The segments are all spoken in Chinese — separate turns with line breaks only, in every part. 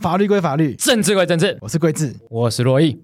法律归法律，
政治归政治，
我是桂智。
我是洛毅。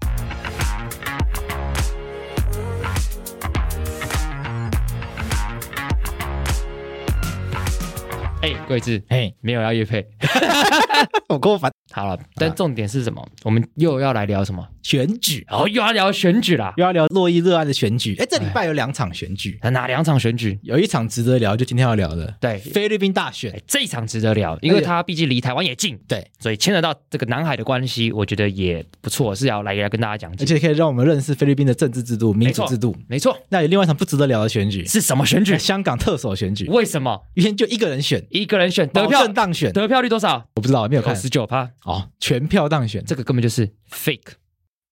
哎、桂智
嘿，
没有要乐配，
我过烦。
好了，但重点是什么？我们又要来聊什么？
选举
哦，又要聊选举啦，
又要聊洛伊热爱的选举。哎，这礼拜有两场选举，
哪两场选举？
有一场值得聊，就今天要聊的
对，
菲律宾大选
哎。这一场值得聊，因为它毕竟离台湾也近，
对，
所以牵扯到这个南海的关系，我觉得也不错，是要来来跟大家讲
而
解。
且可以让我们认识菲律宾的政治制度、民主
没错
制度。
没错，
那有另外一场不值得聊的选举，哎
是什么选举？
香港特首选举，
为什么
一天就一个人选，
一个人选得
保
票
证当选，
得票率多少？
我不知道没有
九
看
十九趴，
哦，全票当选，这
这个根本就是 fake，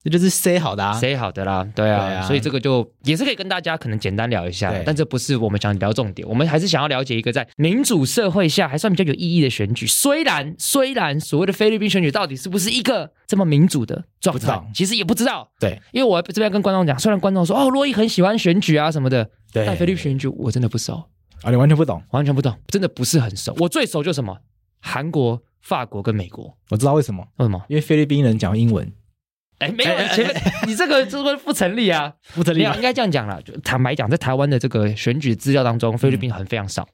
这就是 say 好的啊。
谁好的啦？对啊，
对啊
所以这个就也是可以跟大家可能简单聊一下
对，
但这不是我们想聊重点，我们还是想要了解一个在民主社会下还算比较有意义的选举。虽然虽然所谓的菲律宾选举到底是不是一个这么民主的状
不知
态
道，
其实也不知道。
对
因为我这边跟观众讲，虽然观众说哦，洛伊很喜欢选举啊什么的，
对
但菲律宾选举我真的不熟，
啊，你完全不懂，
完全不懂，真的不是很熟。我最熟就什么韩国、法国跟美国，
我知道为什么，
为什么？
因为菲律宾人讲英文，
哎，没有
哎哎，
前面你这个这个不成 立啊。
不成
没
立
有，
吧。
应该这样讲啦。就坦白讲，在台湾的这个选举资料当
嗯
中，菲律宾很非常少。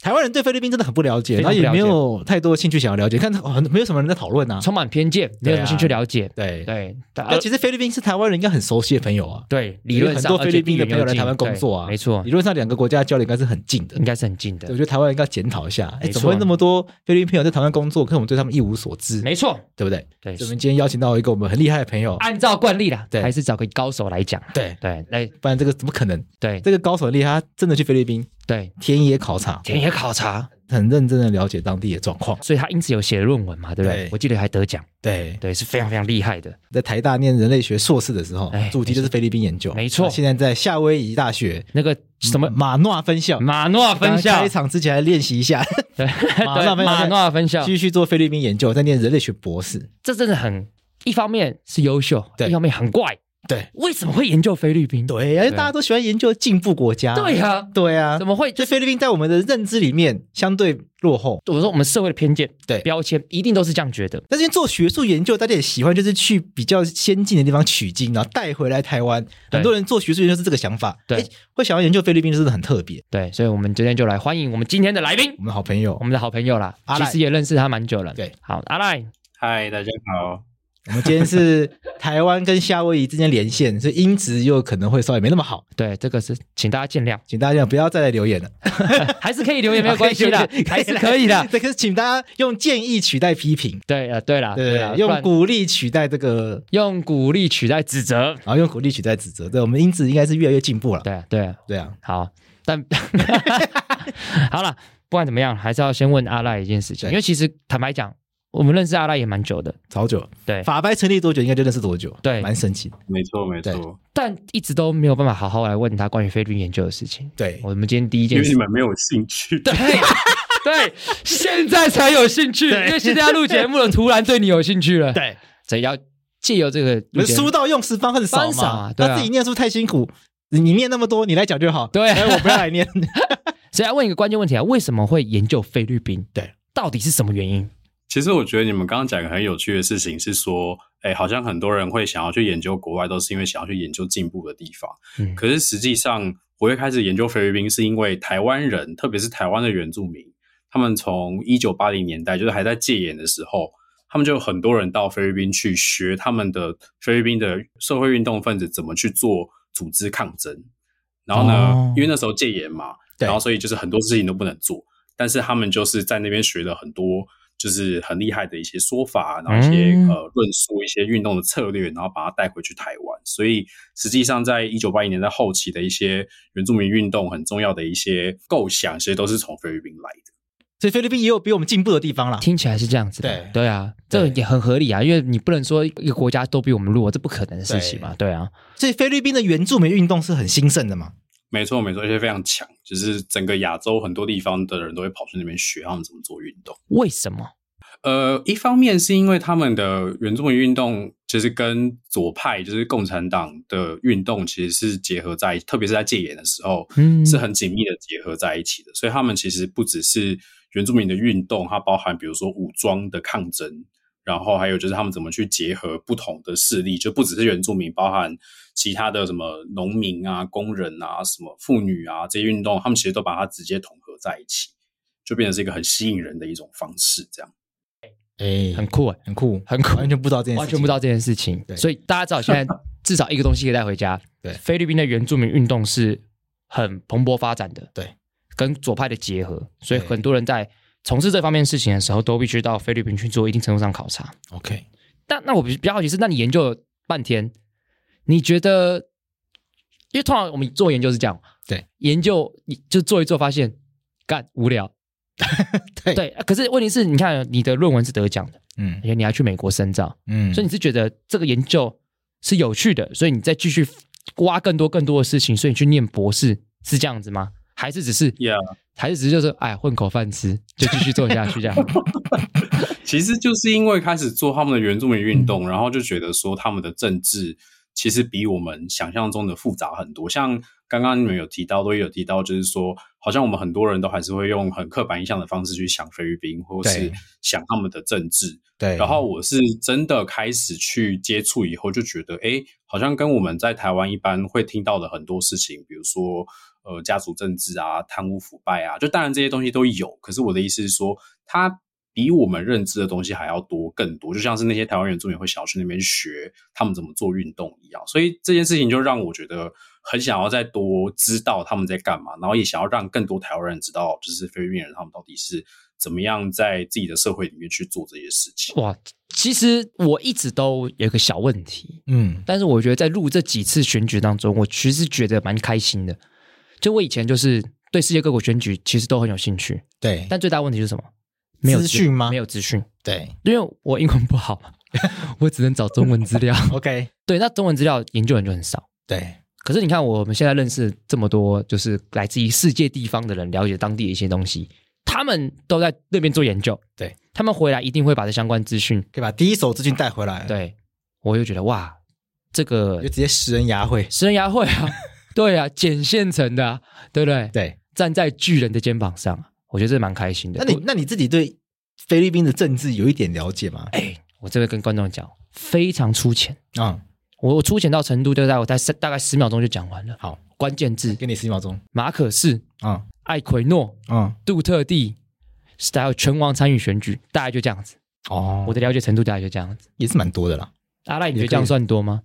台湾人对菲律宾真的很不了解，
非
然后
常不了解
也没有太多兴趣想要了解，看哦，没有什么人在讨论啊。
充满偏见，没有什么兴趣了解。
对，啊
对，大
但其实菲律宾是台湾人应该很熟悉的朋友啊。
对理论
很
上
多菲律宾的朋友来
而且地缘又近
台湾工作啊，
对没错
理，论上两个国家的交流应该是很近的
哦应。该是很近
对
的
我。觉得台湾应该检讨一下，哎，
没错
怎么会那么多菲律宾朋友在台湾工作，可是我们对他们一无所知，
没错，
对不对？
对
所以，我们今天邀请到一个我们很厉害的朋友，
按照惯例啦，
对
还是找个高手来讲。
对，
对，来，
不然这个怎么可能？
对，
这个高手很厉害，他真的去菲律宾
对，
田野考察，
田野考察，
很认真的了解当地的状况。
所以他因此有写论文嘛，对不对
对？
我记得还得奖，
对，
对，是非常非常厉害的。
在台大念人类学硕士的时候
哎，
主题就是菲律宾研究，
没错
那现在在夏威夷大学
那个什么
马诺啊分校。
嗯马诺分
刚嗯
校
开，场之前还练习一下，
对，
马诺分校
对，马诺分校，
继续做菲律宾研究，在念人类学博士。
这真的很，一方面是优秀，
对
一方面很怪。
对
为什么会研究菲律宾？
对，而且大家都喜欢研究进步国家。
对啊，
对啊
怎，么会？
所以菲律宾在我们的认知里面相对落后。
我说我们社会的偏见、
对
标签一定都是这样觉得。
但是做学术研究，大家也喜欢就是去比较先进的地方取经，然后带回来台湾。
对
很多人做学术研究是这个想法，
对
诶，会想要研究菲律宾真的很特别。
对，所以我们今天就来欢迎我们今天的来宾
我，们的好朋友
我，们的好朋友啦，
阿
其
赖
实也认识他蛮久了。
对，
好，阿赖，
嗨，大家好。
我们今天是台湾跟夏威夷之间连线，所以音质又可能会稍微没那么好，
对，这个是请大家见 谅，
请大家不要再来留言了。
还是可以留 言没有关系啦
可以，
还是可以 的。
对，可是请大家用建议取代批评，
对，呃，对啦，
对对
啦，
对，
不
用
然
鼓励取代这个，
用鼓励取代指责。
然后用鼓励取代指责。对，我们音质应该是越来越进步了。
对对，
对啊，
好，但 好了，不管怎么样，还是要先问阿赖一件事情，
对
因为其实坦白讲，我们认识阿赖也蛮久的，
好久了。
对
法白成立多久，应该就认识多久。
对
蛮神奇的。
没错，没
对
错，
但一直都没有办法好好来问他关于菲律宾研究的事情。
对，
我们今天第一
因
件
为
事
你，们没有兴趣。
对对，现在才有兴趣，因为现在要录节目了，突然对你有兴趣 了，
对，
所以要借由这
我
个录
们
节
书
目。
到用时方恨少
方少
嘛
啊。对啊
他自己念书太辛苦，你念那么多，你来讲就好。
对
哎我不要来 念。
所以要问一个关键问题啊，为什么会研究菲律宾？
对，
到底是什么原因？
其实我觉得你们刚刚讲一个很有趣的事情是说，哎，好像很多人会想要去研究国外，都是因为想要去研究进步的地方。
嗯
可是实际上，我会开始研究菲律宾，是因为台湾人，特别是台湾的原住民，他们从一九八零年代，就是还在戒严的时候，他们就有很多人到菲律宾去学他们的菲律宾的社会运动分子怎么去做组织抗争。然后呢，
哦
因为那时候戒严嘛，
对
然后所以就是很多事情都不能做，但是他们就是在那边学了很多。就是很厉害的一些说法，然后一些、
嗯
呃论述一些运动的策略，然后把它带回去台湾。所以实际上，在一九八一年代后期的一些原住民运动很重要的一些构想，其实都是从菲律宾来的。
所以菲律宾也有比我们进步的地方啦。
听起来是这样子的，
对
对啊，这个
对
也很合理啊，因为你不能说一个国家都比我们弱，这不可能的事情嘛，对啊，
所以菲律宾的原住民运动是很兴盛的嘛。
没错，没错，而且非常强，就是整个亚洲很多地方的人都会跑去那边学他们怎么做运动。
为什么？
呃，一方面是因为他们的原住民运动就是跟左派，就是共产党的运动，其实是结合在，特别是在戒严的时候，
嗯
是很紧密的结合在一起的。所以他们其实不只是原住民的运动，它包含比如说武装的抗争，然后还有就是他们怎么去结合不同的势力，就不只是原住民，包含其他的什么农民啊、工人啊、什么妇女啊这些运动，他们其实都把它直接统合在一起，就变成是一个很吸引人的一种方式。这样，
哎，
很酷哎，
很酷，
很酷
完全不知道这件事情，
完全不知道这件事情。
对
所以大家知道现 在至少一个东西可以带回家。
对
菲律宾的原住民运动是很蓬勃发展的，
对，
跟左派的结合，所以
对
很多人在从事这方面事情的时候，都必须到菲律宾去做一定程度上考察。
OK，
但那我比比较好奇是，那你研究了半天，你觉得？因为通常我们做研究是这样，
对，
研究你就做一做，发现干无聊，
对
对。啊可是问题是，你看你的论文是得奖的，
嗯
而且你还去美国深造，
嗯，
所以你是觉得这个研究是有趣的，所以你再继续挖更多更多的事情，所以你去念博士是这样子吗？还是只是
Yeah
还是只是就是哎混口饭吃就继续做下去这样？
其实就是因为开始做他们的原住民运动，然后就觉得说他们的政治其实比我们想象中的复杂很多。像刚刚你们有提到，都有提到，就是说，好像我们很多人都还是会用很刻板印象的方式去想菲律宾，或是
对
想他们的政治。
对，
然后我是真的开始去接触以后，就觉得诶，好像跟我们在台湾一般会听到的很多事情，比如说呃家族政治啊、贪污腐败啊，就当然这些东西都有。可是我的意思是说，它比我们认知的东西还要多更多，就像是那些台湾原住民会想要去那边学他们怎么做运动一样。所以这件事情就让我觉得很想要再多知道他们在干嘛，然后也想要让更多台湾人知道，就是菲律宾人他们到底是。怎么样在自己的社会里面去做这些事情？
哇，其实我一直都有一个小问题，
嗯
但是我觉得在录这几次选举当中，我其实觉得蛮开心的。就我以前就是对世界各国选举其实都很有兴趣，
对
但最大问题是什么？没有
资讯吗
没有资讯，
对
因为我英文不好嘛， 我只能找中文资料。
OK
对，那中文资料研究人就很少。
对
可是你看，我们现在认识这么多，就是来自于世界地方的人，了解当地的一些东西，他们都在那边做研究。
对，
他们回来一定会把这相关资讯。
可以把第一手资讯带回来，，
对，我就觉得哇，这个
就直接食人牙会，
石人牙会 啊，对啊，捡现成的、啊，对不对？
对。
站在巨人的肩膀上啊，我觉得这蛮开心的。
那你
我
那你自己对菲律宾的政治有一点了解吗？
哎，我这边跟观众讲，非常粗浅。
嗯，
我我粗浅到程度，就在我在三大概十秒钟就讲完了。
好，
关键字：
给你十秒钟，
马可仕、
嗯
艾奎诺、
嗯，
杜特地，还有拳王参与选举，大概就这样子。
哦，
我的了解程度大概就这样子。
也是蛮多的啦，
阿赖，你觉得这样算多吗？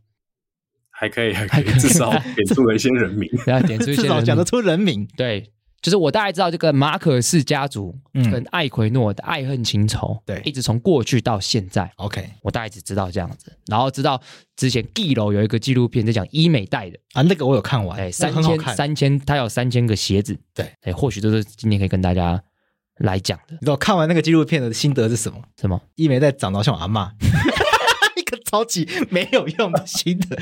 还可以，还
还
可
可
以
以，
至少 点出了一些人名。
然后点出 一
至
些
少
人
讲得
名。
出人名，
对，就是我大概知道这个马可仕家族
嗯
跟艾奎诺的爱恨情仇，
对
一直从过去到现在，
，OK
我大概只知道这样子。然后知道之前 G 楼有一个纪录片在讲医美代的，
啊，那个我有看完，
哎，
那
三
个很好
千
看，
三千，它有三千个鞋子，
对，
哎，或许都是今天可以跟大家来讲的
你。知道我看完那个纪录片的心得是什么？
什么？
一梅在长得像我阿 妈，一个超级没有用的心得，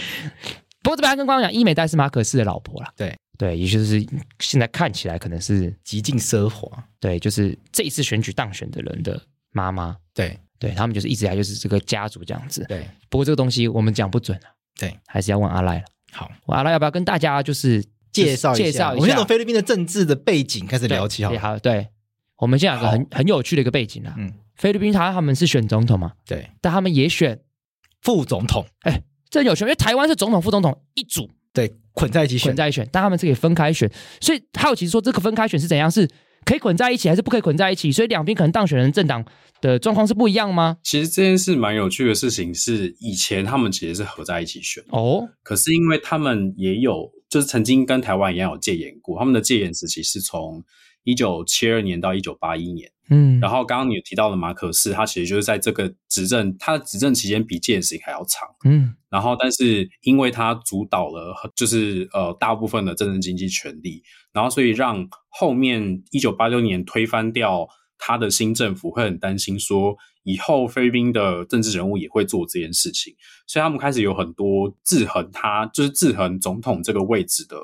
不过这边还跟观众讲，伊美黛是马可仕的老婆啦。
对
对，也就是现在看起来可能是
极尽奢华，
对，就是这一次选举当选的人的妈妈。
对
对他们就是一直以来就是这个家族这样子。
对，
不过这个东西我们讲不准啊，
对，
还是要问阿赖了。
好。
我阿赖要不要跟大家就是
介绍一下，
介绍一
我们先
下
从菲律宾的政治的背景开始聊起好
对
了。
好，对，我们现在有个很很有趣的一个背景啊，
嗯，
菲律宾他他们是选总统嘛，
对，
但他们也选
副总统
这很有趣，因为台湾是总统副总统一组
对捆在一起选
混，在一起选，但他们是可以分开选。所以好奇说这个分开选是怎样？是可以捆在一起，还是不可以捆在一起？所以两边可能当选人政党的状况是不一样吗？
其实这件事蛮有趣的事情是，以前他们其实是合在一起选，
哦，
可是因为他们也有，就是曾经跟台湾一样有戒严过，他们的戒严时期是从一九七二年到一九八一年。
嗯，
然后刚刚你有提到的马可仕，他其实就是在这个执政，他的执政期间比戒严时期还要长。
嗯，
然后，但是因为他主导了很，就是呃大部分的政治经济权利，然后所以让后面一九八六年推翻掉他的新政府，会很担心说以后菲律宾的政治人物也会做这件事情，所以他们开始有很多制衡他，就是制衡总统这个位置的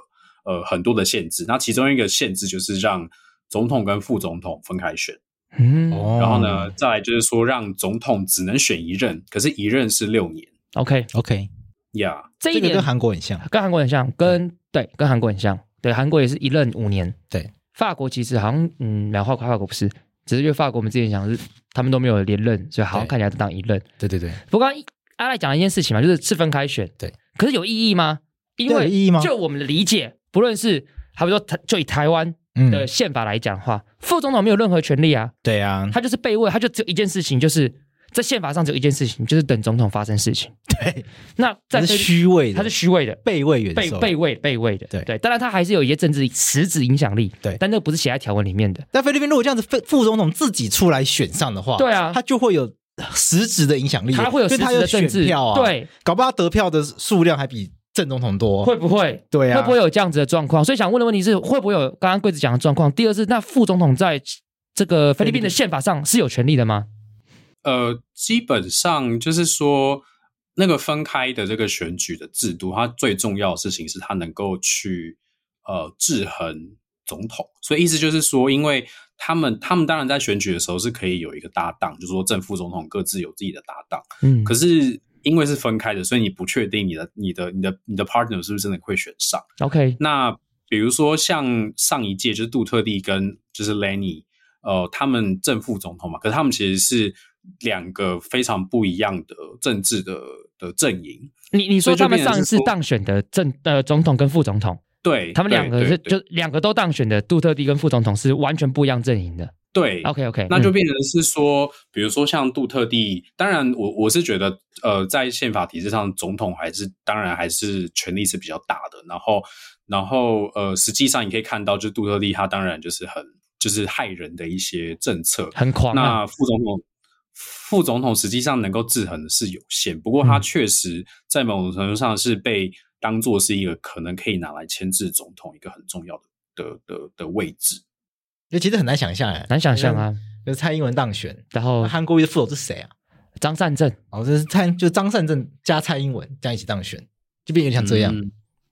呃很多的限制。那其中一个限制就是让总统跟副总统分开选。
嗯
哦
然后呢，再来就是说让总统只能选一任，可是一任是六年
，OK，
，OK，
呀。Yeah
这
这个
一点
跟韩国很像，
跟韩国很像，跟对，跟韩国很像，对，韩国也是一任五年，
对，
法国其实好像嗯，没有法国法国不是，只是因为法国我们之前讲是他们都没有连任，所以好像
对
看起来都当一任。
对对对，
不过刚刚阿赖讲了一件事情嘛，就是是分开选，
对，
可是有意义吗？因
对
为
有意义吗
就我们的理解，不论是好比说台，就以台湾
嗯，
的宪法来讲的话，副总统没有任何权利啊，
对啊，
他就是被问，他就只有一件事情，就是在宪法上只有一件事情，就是等总统发生事情。
对，
那在
他是虚位的，
他是虚伪的，
备位元
被
首，
被位被位的，
对
对，当然他还是有一些政治实质影响力，
对
但那不是写在条文里面的，
但菲律宾如果这样子，副副总统自己出来选上的话，
对啊
他就会有实质的影响力，
他会有
因
实
为
质
他有
的政
选
治，
票啊，，
对，
搞不好他得票的数量还比正总统
哦
多，
会不会？
对啊，
会不会有这样子的状况？所以想问的问题是，会不会有刚刚贵子讲的状况？第二是，那副总统在这个菲律宾的宪法上是有权利的吗？
呃，基本上就是说，那个分开的这个选举的制度，它最重要的事情是它能够去呃制衡总统。所以意思就是说，因为他们他们当然在选举的时候是可以有一个搭档，就是说正副总统各自有自己的搭档。
嗯，
可是因为是分开的，所以你不确定你的你的你的你的 partner 是不是真的会选上。
OK，
那比如说像上一届就是杜特地跟就是 Lenny，呃，他们正副总统嘛，可是他们其实是两个非常不一样的政治的的阵营。
你你说
所以就
他们
变成
上一
是
次
说
当选的政呃总统跟副总统，
对，
他们
对
两个是
对对
就两个都当选的杜特地跟副总统是完全不一样阵营的。
对
OK 嗯 OK，
那就变成是说，比如说像杜特地，当然我我是觉得，呃，在宪法体制上，总统还是当然还是权力是比较大的。然后，然后呃，实际上你可以看到，就是杜特地他当然就是很就是害人的一些政策，
很狂啊，
那副总统，副总统实际上能够制衡的是有限，不过他
嗯
确实在某种程度上是被当做是一个可能可以拿来牵制总统一个很重要的的的的位置。
因为其实很难想象哎，
难想象啊。
就是蔡英文当选，
然后
那韩国瑜的副手是谁啊？
张善政，
哦，这是蔡，就是张善政加蔡英文这样一起当选，就变有点像这样。
嗯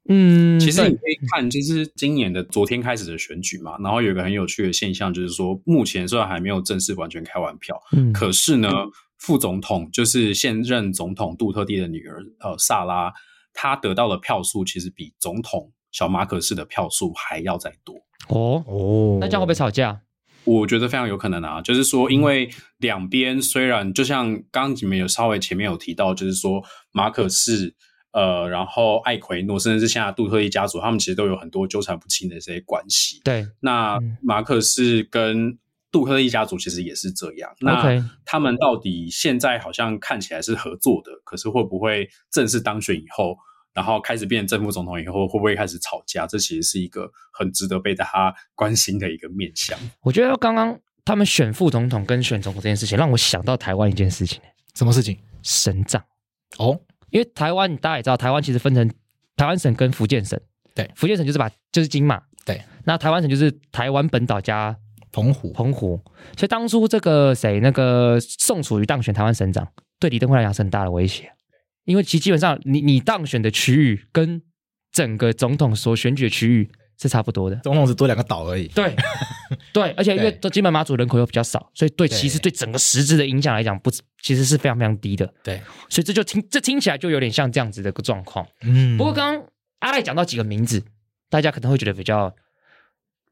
嗯，
其实
对
你可以看，就是今年的昨天开始的选举嘛，然后有一个很有趣的现象，就是说目前虽然还没有正式完全开完票，
嗯
可是呢，副总统就是现任总统杜特地的女儿呃萨拉，她得到的票数其实比总统小马可仕的票数还要再多。
哦，
哦
那这样会不会吵架？
我觉得非常有可能啊，就是
嗯
说，因为两边虽然就像刚刚你们有稍微前面有提到，就是说马可是呃，然后艾奎诺，甚至是现在杜特地家族，他们其实都有很多纠缠不清的这些关系。
对
那
嗯
马可是跟杜特地家族其实也是这样。那
，OK，
他们到底现在好像看起来是合作的，可是会不会正式当选以后，然后开始变正副总统以后，会不会开始吵架？这其实是一个很值得被大家关心的一个面向。
我觉得刚刚他们选副总统跟选总统这件事情，让我想到台湾一件事情，
什么事情？
省长。
哦，
因为台湾大家也知道，台湾其实分成台湾省跟福建省。
对
福建省就是把就是金马。
对，
那台湾省就是台湾本岛加
澎湖，
澎湖。所以当初这个谁那个宋楚瑜当选台湾省长，对李登辉来讲是很大的威胁，因为其实基本上你你当选的区域跟整个总统所选举的区域是差不多的。
总统只多两个岛而已。
对对，而且因为
对
这金门马祖人口又比较少，所以对
对
其实对整个实质的影响来讲，不其实是非常非常低的。
对，
所以这就听这听起来就有点像这样子的一个状况。
嗯
不过刚刚阿赖讲到几个名字，大家可能会觉得比较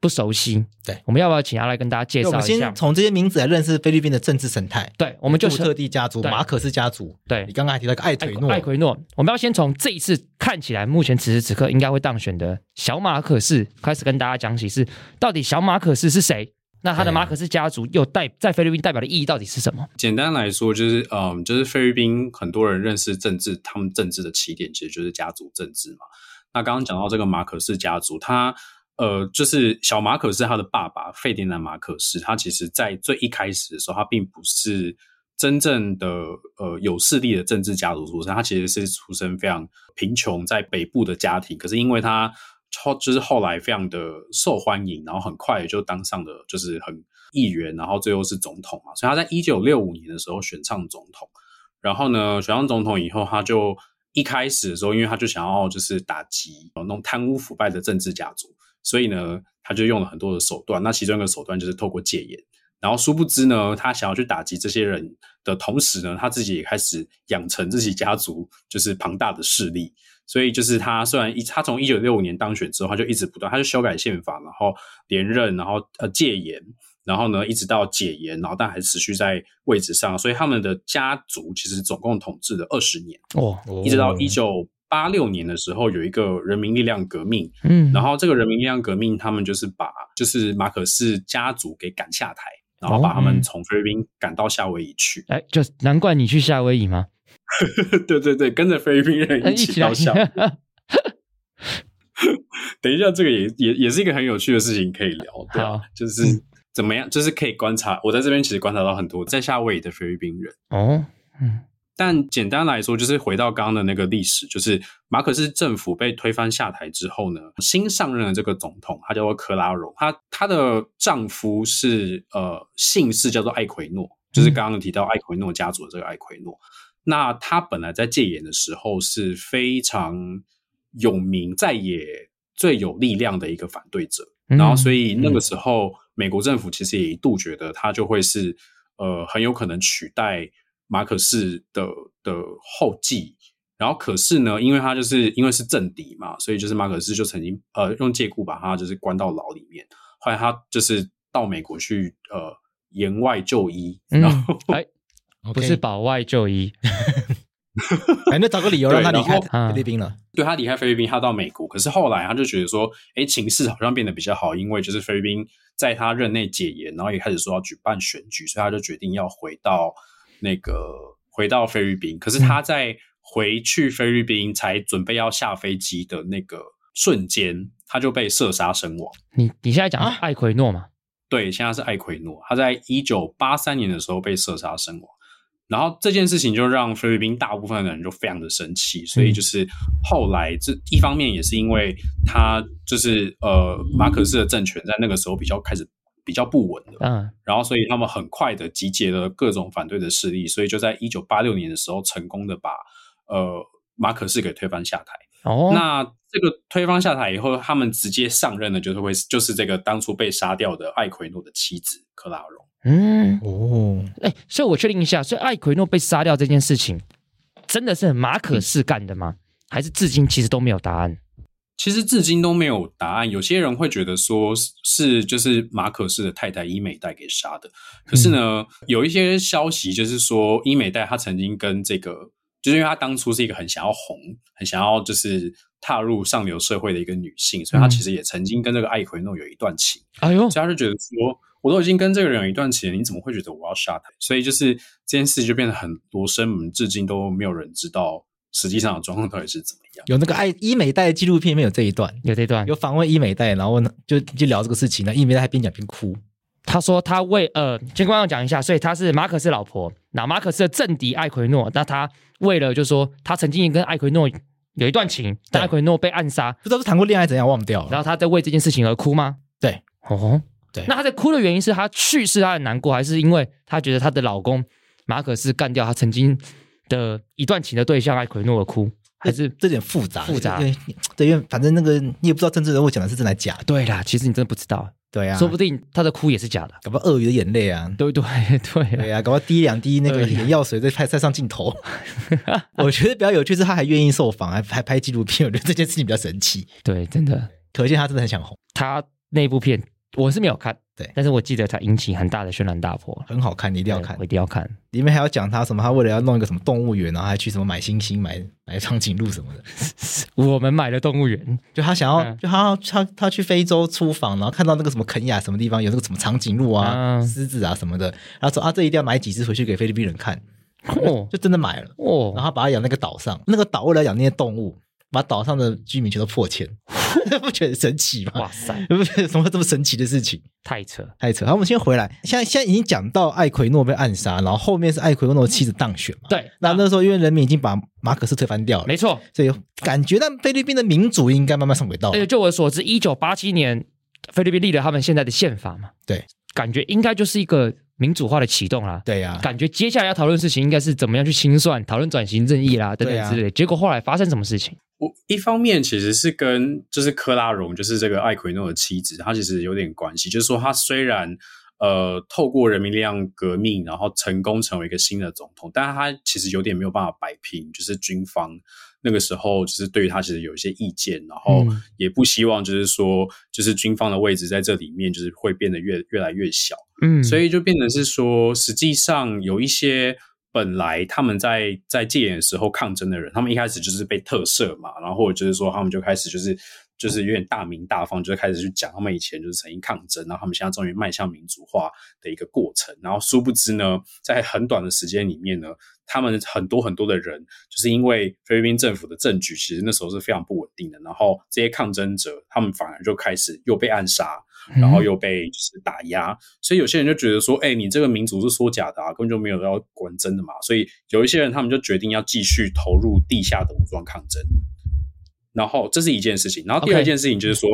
不熟悉。
对，
我们要不要请阿赖跟大家介
那我
绍
们
一下
先？从这些名字来认识菲律宾的政治生态。
对，我们就
杜特地家族、
对
马可斯家族，
对
你刚刚还提到一个艾
艾
奎诺，
艾奎诺，我们要先从这一次看起来目前此时此刻应该会当选的小马可士开始跟大家讲起是，到底小马可士是谁？那他的
对
马可士家族又代在菲律宾代表的意义到底是什么？
简单来说，就是嗯，就是菲律宾很多人认识政治，他们政治的起点其实就是家族政治嘛。那刚刚讲到这个马可仕家族，他呃，就是小马可仕他的爸爸费迪南马可仕，他其实在最一开始的时候，他并不是真正的呃有势力的政治家族出身，他其实是出身非常贫穷，在北部的家庭。可是因为他后就是后来非常的受欢迎，然后很快就当上了就是很议员，然后最后是总统嘛，所以他在一九六五年的时候选上总统，然后呢选上总统以后，他就一开始的时候，因为他就想要就是打击呃那种贪污腐败的政治家族，所以呢他就用了很多的手段，那其中一个手段就是透过戒严。然后殊不知呢，他想要去打击这些人的同时呢，他自己也开始养成自己家族 就是庞大的势力，所以就是他虽然一他从一九六五年当选之后，他就一直不断，他就修改宪法，然后连任，然后呃戒严，然后呢，一直到解严，然后但还持续在位置上，所以他们的家族其实总共统治了二十年，
哦，
一直到一九八六年的时候有一个人民力量革命，
嗯，
然后这个人民力量革命，他们就是把就是马可仕家族给赶下台，然
哦
后把他
嗯
们从菲律宾赶到夏威夷去。
哎，就难怪你去夏威夷吗？
对对对，跟着菲律宾人
哎
一 起
来
到夏威夷。等一下，这个也也也是一个很有趣的事情可以聊，对啊
好，嗯
就是怎么样，就是可以观察。我在这边其实观察到很多在夏威夷的菲律宾人。
哦，嗯，
但简单来说，就是回到刚刚的那个历史，就是马可斯政府被推翻下台之后呢，新上任的这个总统，他叫做克拉荣，他他的丈夫是呃姓氏叫做艾奎诺，就是刚刚提到艾奎诺家族的这个艾奎诺。那他本来在戒严的时候是非常有名，在野最有力量的一个反对者，
嗯
然后所以那个时候，美国政府其实也一度觉得他就会是呃很有可能取代马可仕的的后继。然后可是呢，因为他就是因为是政敌嘛，所以就是马可仕就曾经呃用借故把他就是关到牢里面。后来他就是到美国去呃言外就医，
嗯
然后、
哎，不是保外就医，
反哎正找个理由让他离
对
开
然后啊
菲律宾了。
对他离开菲律宾，他到美国，可是后来他就觉得说，哎，情势好像变得比较好，因为就是菲律宾在他任内解严，然后也开始说要举办选举，所以他就决定要回到那个回到菲律宾。可是他在回去菲律宾才准备要下飞机的那个瞬间，他就被射杀身亡。
你你现在讲
啊
艾奎诺嘛？
对，现在是艾奎诺，他在一九八三年的时候被射杀身亡。然后这件事情就让菲律宾大部分的人就非常的生气，所以就是后来这一方面也是因为他就是呃马可斯的政权在那个时候比较开始比较不稳了，
嗯，
然后所以他们很快的集结了各种反对的势力，所以就在一九八六年的时候成功的把呃马可斯给推翻下台。
哦，
那这个推翻下台以后，他们直接上任的就是会就是这个当初被杀掉的艾奎诺的妻子克拉荣。
嗯，
哦，
哎，所以我确定一下，所以艾奎诺被杀掉这件事情，真的是马可仕干的吗？还是至今其实都没有答案？
其实至今都没有答案。有些人会觉得说是是就是马可仕的太太伊美代给杀的，可是呢，
嗯
有一些消息就是说伊美代她曾经跟这个，就是因为她当初是一个很想要红、很想要就是踏入上流社会的一个女性，所以她
嗯
其实也曾经跟这个艾奎诺有一段情。
哎呦，
所以他就觉得说，我都已经跟这个人有一段时间，你怎么会觉得我要杀他？所以就是这件事就变得很多生门，至今都没有人知道实际上的状况到底是怎么样。
有那个爱医美代纪录片里面有这一段，
有这段
有，访问医美代，然后呢就就聊这个事情，那医美代还边讲边哭。
他说他为呃，先跟观众讲一下，所以他是马可斯老婆，那马可斯的政敌艾奎诺，那他为了就是说他曾经也跟艾奎诺有一段情，但
对
艾奎诺被暗杀，
不知道是谈过恋爱怎样忘掉
然
了。
后他在为这件事情而哭吗？
对，
哦，
对
那他在哭的原因是他去世，他很难过，还是因为他觉得他的老公马可斯干掉他曾经的一段情的对象艾奎诺而哭，还是
这点复杂，
复杂
因为对，因为反正那个你也不知道政治人物讲的是真的假的，
对啦？其实你真的不知道，
对啊，
说不定他的哭也是假的，
搞不好鳄鱼的眼泪啊，
对不对？对啦
对啊，搞不好滴两滴那个
鳄鱼
眼药水在拍在上镜 头。我觉得比较有趣是他还愿意受访，还还拍纪录片，我觉得这件事情比较神奇，
对，真的。
可见他真的很想红，
他那部片我是没有看，
对
但是我记得它引起很大的轩然大波，
很好看，你一定要看
对我。一定要看。
里面还要讲他什么，他为了要弄一个什么动物园，然后还去什么买星星、买买长颈鹿什么的。
我们买了动物园，
就他想要，
嗯
就他要他他去非洲出访，然后看到那个什么肯雅什么地方有那个什么长颈鹿啊、
嗯
狮子啊什么的，然后说啊，这一定要买几只回去给菲律宾人看，
哦
就真的买了，然
哦，
后把它养那个岛上，那个岛为了养那些动物，把岛上的居民全都破千， 不觉得很神奇吗
哇？塞，
不觉得什么这么神奇的事情？
太扯！
太扯！好，我们先回来，现在现在已经讲到艾奎诺被暗杀，然后后面是艾奎诺的妻子当选嘛？
对，
那那时候因为人民已经把马可斯推翻掉了
没，错。
所以感觉到菲律宾的民主应该慢慢上轨道
而且
了。
呃就我所知，一九八七年菲律宾立了他们现在的宪法嘛，
对，
感觉应该就是一个民主化的启动啦。
对呀、啊，
感觉接下来要讨论的事情应该是怎么样去清算、讨论转型正义啦等
对
等
啊
之类的。结果后来发生什么事情？
我一方面其实是跟就是科拉荣，就是这个艾奎诺的妻子，她其实有点关系。就是说，她虽然呃，透过人民力量革命，然后成功成为一个新的总统，但是他其实有点没有办法摆平，就是军方那个时候就是对于他其实有一些意见，然
哦
后
嗯
也不希望就是说，就是军方的位置在这里面就是会变得越越来越小，
嗯，
所以就变成是说，实际上有一些本来他们在在戒严的时候抗争的人，他们一开始就是被特赦嘛，然后或者就是说他们就开始就是就是有点大鸣大放，就开始去讲他们以前就是曾经抗争，然后他们现在终于迈向民主化的一个过程。然后殊不知呢，在很短的时间里面呢，他们很多很多的人，就是因为菲律宾政府的政局其实那时候是非常不稳定的，然后这些抗争者他们反而就开始又被暗杀，然
嗯
哦
后又被就是打压，所以有些人就觉得说，哎、你这个民族是说假的啊，根本就没有要管真的嘛。所以有一些人他们就决定要继续投入地下的武装抗争。然后这是一件事情，然后第二
OK
件事情就是说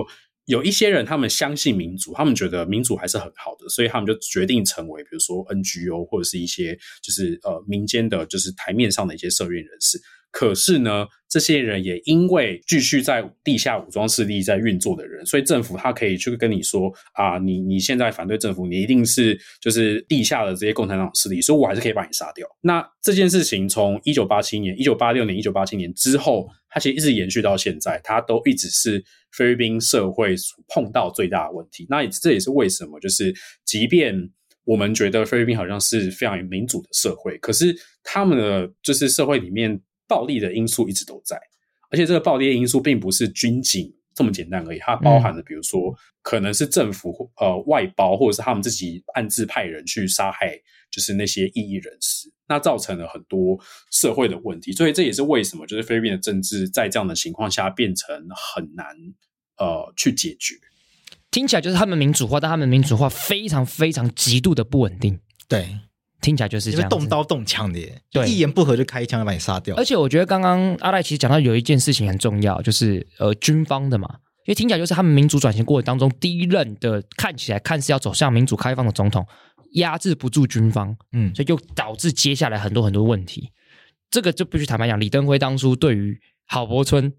有一些人他们相信民主，他们觉得民主还是很好的，所以他们就决定成为比如说 NGO 或者是一些就是呃民间的，就是台面上的一些社运人士。可是呢，这些人也因为继续在地下武装势力在运作的人，所以政府他可以去跟你说啊，你你现在反对政府，你一定是就是地下的这些共产党势力，所以我还是可以把你杀掉。那这件事情从一九八七年、一九八六年、一九八七年之后，它其实一直延续到现在，它都一直是菲律宾社会所碰到最大的问题。那也这也是为什么，就是即便我们觉得菲律宾好像是非常民主的社会，可是他们的就是社会里面暴力的因素一直都在，而且这个暴力的因素并不是军警这么简单而已，它包含了比如说、可能是政府或呃外包，或者是他们自己暗自派人去杀害，就是那些异议人士，那造成了很多社会的问题。所以这也是为什么就是菲律宾的政治在这样的情况下变成很难呃去解决。
听起来就是他们民主化，但他们民主化非常非常极度的不稳定，
对，
听起来就是
因
这
为
样子。
动刀动枪的耶，
对
一言不合就开枪把你杀掉
而。且我觉得刚刚阿赖其实讲到有一件事情很重要，就是呃军方的嘛，因为听起来就是他们民主转型过程当中第一任的看起来看似要走向民主开放的总统，压制不住军方，
嗯，
所以就导致接下来很多很多问题。这个就必须坦白讲，李登辉当初对于郝柏村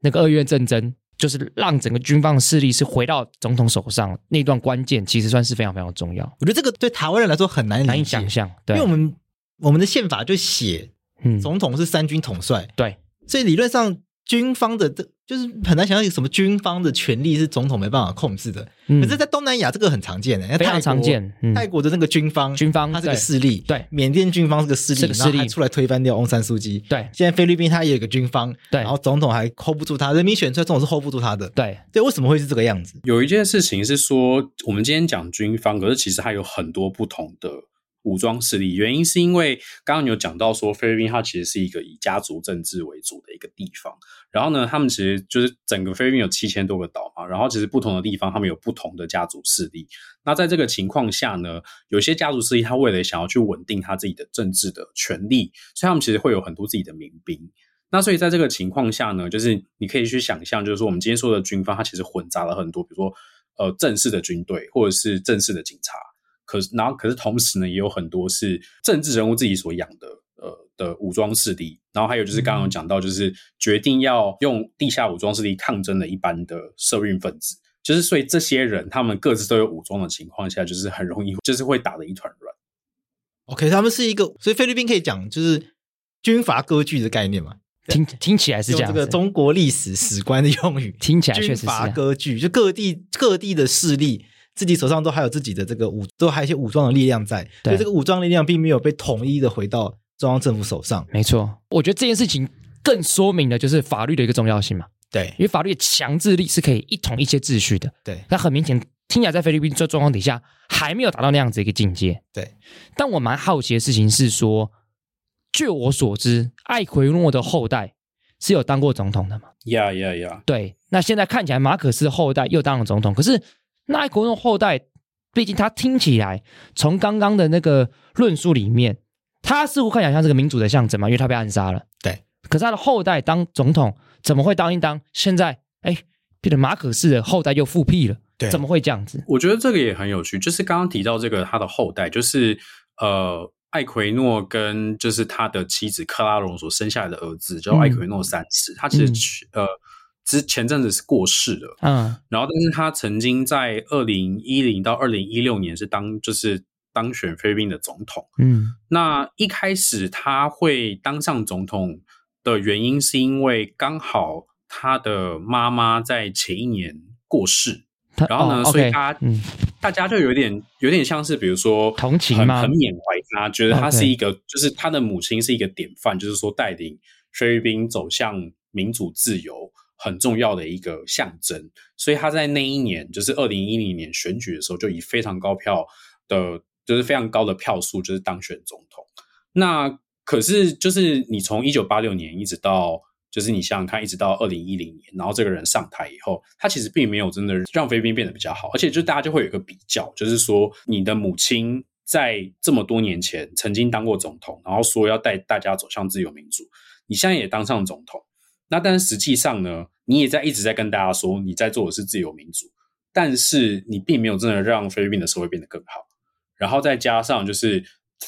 那个二月战争，就是让整个军方的势力是回到总统手上那段关键，其实算是非常非常重要，
我觉得这个对台湾人来说很难理解
难以想，象。
因
对，
为我们我们的宪法就写
嗯
总统是三军统帅，
对，
所以理论上军方的就是很难想象有什么军方的权力是总统没办法控制的。
嗯
可是，在东南亚这个很常见的，
非常常见。嗯，
泰国的那个军方，
军方
它是个
对
势力，
对
缅甸军方是个势力，
是个势力
然后还出来推翻掉翁山苏姬。
对
现在菲律宾它也有个军方，
对
然后总统还 hold 不住他，人民选出来总统是 hold 不住他的。
对，
对，为什么会是这个样子？
有一件事情是说，我们今天讲军方，可是其实它有很多不同的武装势力。原因是因为刚刚有讲到说，菲律宾它其实是一个以家族政治为主的一个地方。然后呢，他们其实就是整个菲律宾有七千多个岛嘛，然后其实不同的地方他们有不同的家族势力。那在这个情况下呢，有些家族势力他为了想要去稳定他自己的政治的权利，所以他们其实会有很多自己的民兵。那所以在这个情况下呢，就是你可以去想象，就是说我们今天说的军方，它其实混杂了很多，比如说呃正式的军队或者是正式的警察，可是然后可是同时呢，也有很多是政治人物自己所养的呃的武装势力，然后还有就是刚刚有讲到，就是决定要用地下武装势力抗争的一般的社运分子，就是所以这些人他们各自都有武装的情况下，就是很容易就是会打得一团乱。
OK，他们是一个，所以菲律宾可以讲就是军阀割据的概念嘛，
听听起来是这
用
样
这
子。
个中国历史史观的用语，
听起来确
军
实是啊这
阀
样
割据，就各地各地的势力，自己手上都还有自己的这个武，都还有一些武装的力量在，所
对
以这个武装力量并没有被统一的回到中央政府手上。
没错，我觉得这件事情更说明了就是法律的一个重要性嘛，
对
因为法律的强制力是可以一统一些秩序的。
对
那很明显，听起来在菲律宾这状况底下还没有达到那样子一个境界。
对，
但我蛮好奇的事情是说，据我所知，艾奎诺的后代是有当过总统的嘛？
呀呀呀！
对，那现在看起来马可斯的后代又当了总统，可是那艾奎诺后代，毕竟他听起来从刚刚的那个论述里面，他似乎看起来像是个民主的象征嘛，因为他被暗杀了。
对，
可是他的后代当总统怎么会当一当？现在哎，变成马可斯的后代又复辟了，
对
怎么会这样子？
我觉得这个也很有趣，就是刚刚提到这个他的后代，就是呃，艾奎诺跟就是他的妻子克拉隆所生下来的儿子叫艾奎诺三世，他其实、
嗯
呃之前阵子是过世了，
嗯
然后但是他曾经在二零一零到二零一六年是当就是当选菲律宾的总统。
嗯
那一开始他会当上总统的原因，是因为刚好他的妈妈在前一年过世，
他
然后呢，
哦
所以
OK，
大家、
嗯
大家就有点有点像是，比如说
同情
很
吗
很缅怀他，觉得他
OK
是一个就是他的母亲是一个典范，就是说带领菲律宾走向民主自由很重要的一个象征。所以他在那一年，就是二零一零年选举的时候，就以非常高票的，就是非常高的票数，就是当选总统。那可是就是你从一九八六年一直到。就是你想想看，一直到二零一零年，然后这个人上台以后，他其实并没有真的让菲律宾变得比较好，而且就大家就会有一个比较，就是说你的母亲在这么多年前曾经当过总统，然后说要带大家走向自由民主，你现在也当上总统，那但是实际上呢，你也在一直在跟大家说你在做的是自由民主，但是你并没有真的让菲律宾的社会变得更好。然后再加上就是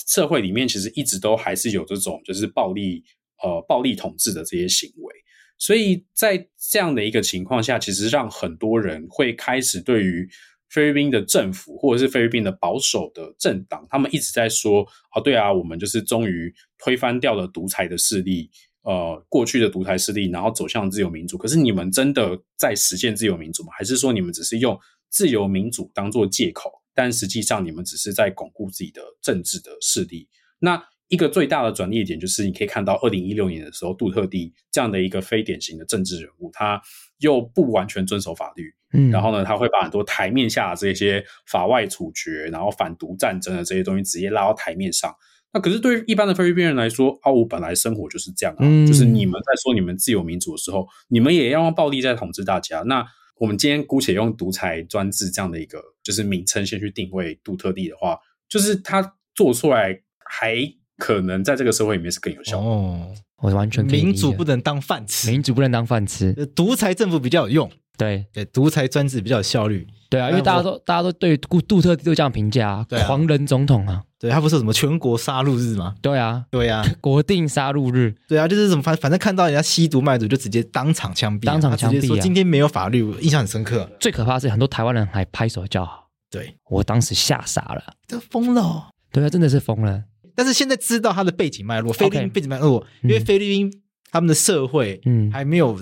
社会里面其实一直都还是有这种就是暴力呃暴力统治的这些行为，所以在这样的一个情况下，其实让很多人会开始对于菲律宾的政府或者是菲律宾的保守的政党，他们一直在说哦，对啊，我们就是终于推翻掉了独裁的势力。呃，过去的独裁势力，然后走向自由民主。可是你们真的在实现自由民主吗？还是说你们只是用自由民主当做借口，但实际上你们只是在巩固自己的政治的势力。那一个最大的转捩点就是，你可以看到二零一六年的时候，杜特地这样的一个非典型的政治人物，他又不完全遵守法律，
嗯，
然后呢，他会把很多台面下的这些法外处决，然后反独战争的这些东西直接拉到台面上。那可是对于一般的菲律宾人来说，啊，我本来生活就是这样啊，
嗯
就是你们在说你们自由民主的时候，你们也要用暴力在统治大家。那我们今天姑且用独裁专制这样的一个就是名称先去定位杜特地的话，就是他做出来还可能在这个社会里面是更有效的。
哦，
我完全可以理
民
解
主不能当饭吃，
民主不能当饭吃，
呃独裁政府比较有用，
对
对，独裁专制比较有效率。
对啊，因为大家都大家都对杜杜特地都这样评价、啊
对啊
狂人总统啊，
对，他不是有什么全国杀戮日吗？
对啊，
对呀、
国定杀戮日，
对啊，就是什么反反正看到人家吸毒卖毒就直接当场枪毙啊、
当场枪毙啊
他直接说今天没有法律，我印象很深刻。
最可怕的是很多台湾人还拍手叫好，
对，
我当时吓傻了，
这疯了哦、
对啊，真的是疯了，
但是现在知道他的背景脉络，菲律宾
OK
背景脉络，因为
嗯
菲律宾他们的社会
嗯，
还没有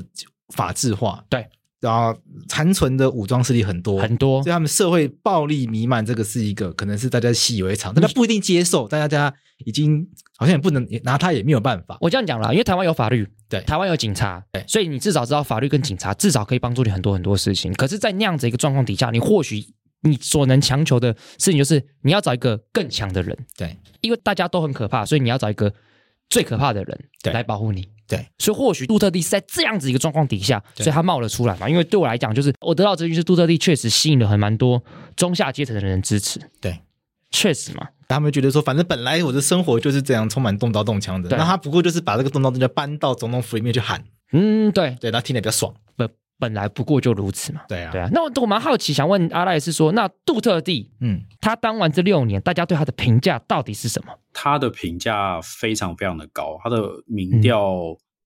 法制化，
对，
然后残存的武装势力很多，
很多
所以他们社会暴力弥漫，这个是一个可能是大家习以为常，但
嗯
他不一定接受，但大家已经好像也不能也拿他也没有办法。
我这样讲啦，因为台湾有法律，
对
台湾有警察，
对
所以你至少知道法律跟警察至少可以帮助你很多很多事情。可是，在那样子一个状况底下，你或许你所能强求的事情就是你要找一个更强的人，
对，
因为大家都很可怕，所以你要找一个最可怕的人
对
来保护你。
对，
所以或许杜特地是在这样子一个状况底下，
对
所以他冒了出来嘛。因为对我来讲，就是我得到资讯是杜特地确实吸引了很蛮多中下阶层的人支持。
对，
确实嘛，
他们觉得说，反正本来我的生活就是这样，充满动刀动枪的。
对
那他不过就是把这个动刀动枪搬到总统府里面去喊，
嗯，对，
对，然后听得比较爽。
本本来不过就如此嘛。
对啊，
对啊，那我我蛮好奇，想问阿赖是说，那杜特地
嗯，
他当完这六年，大家对他的评价到底是什么？
他的评价非常非常的高，他的民调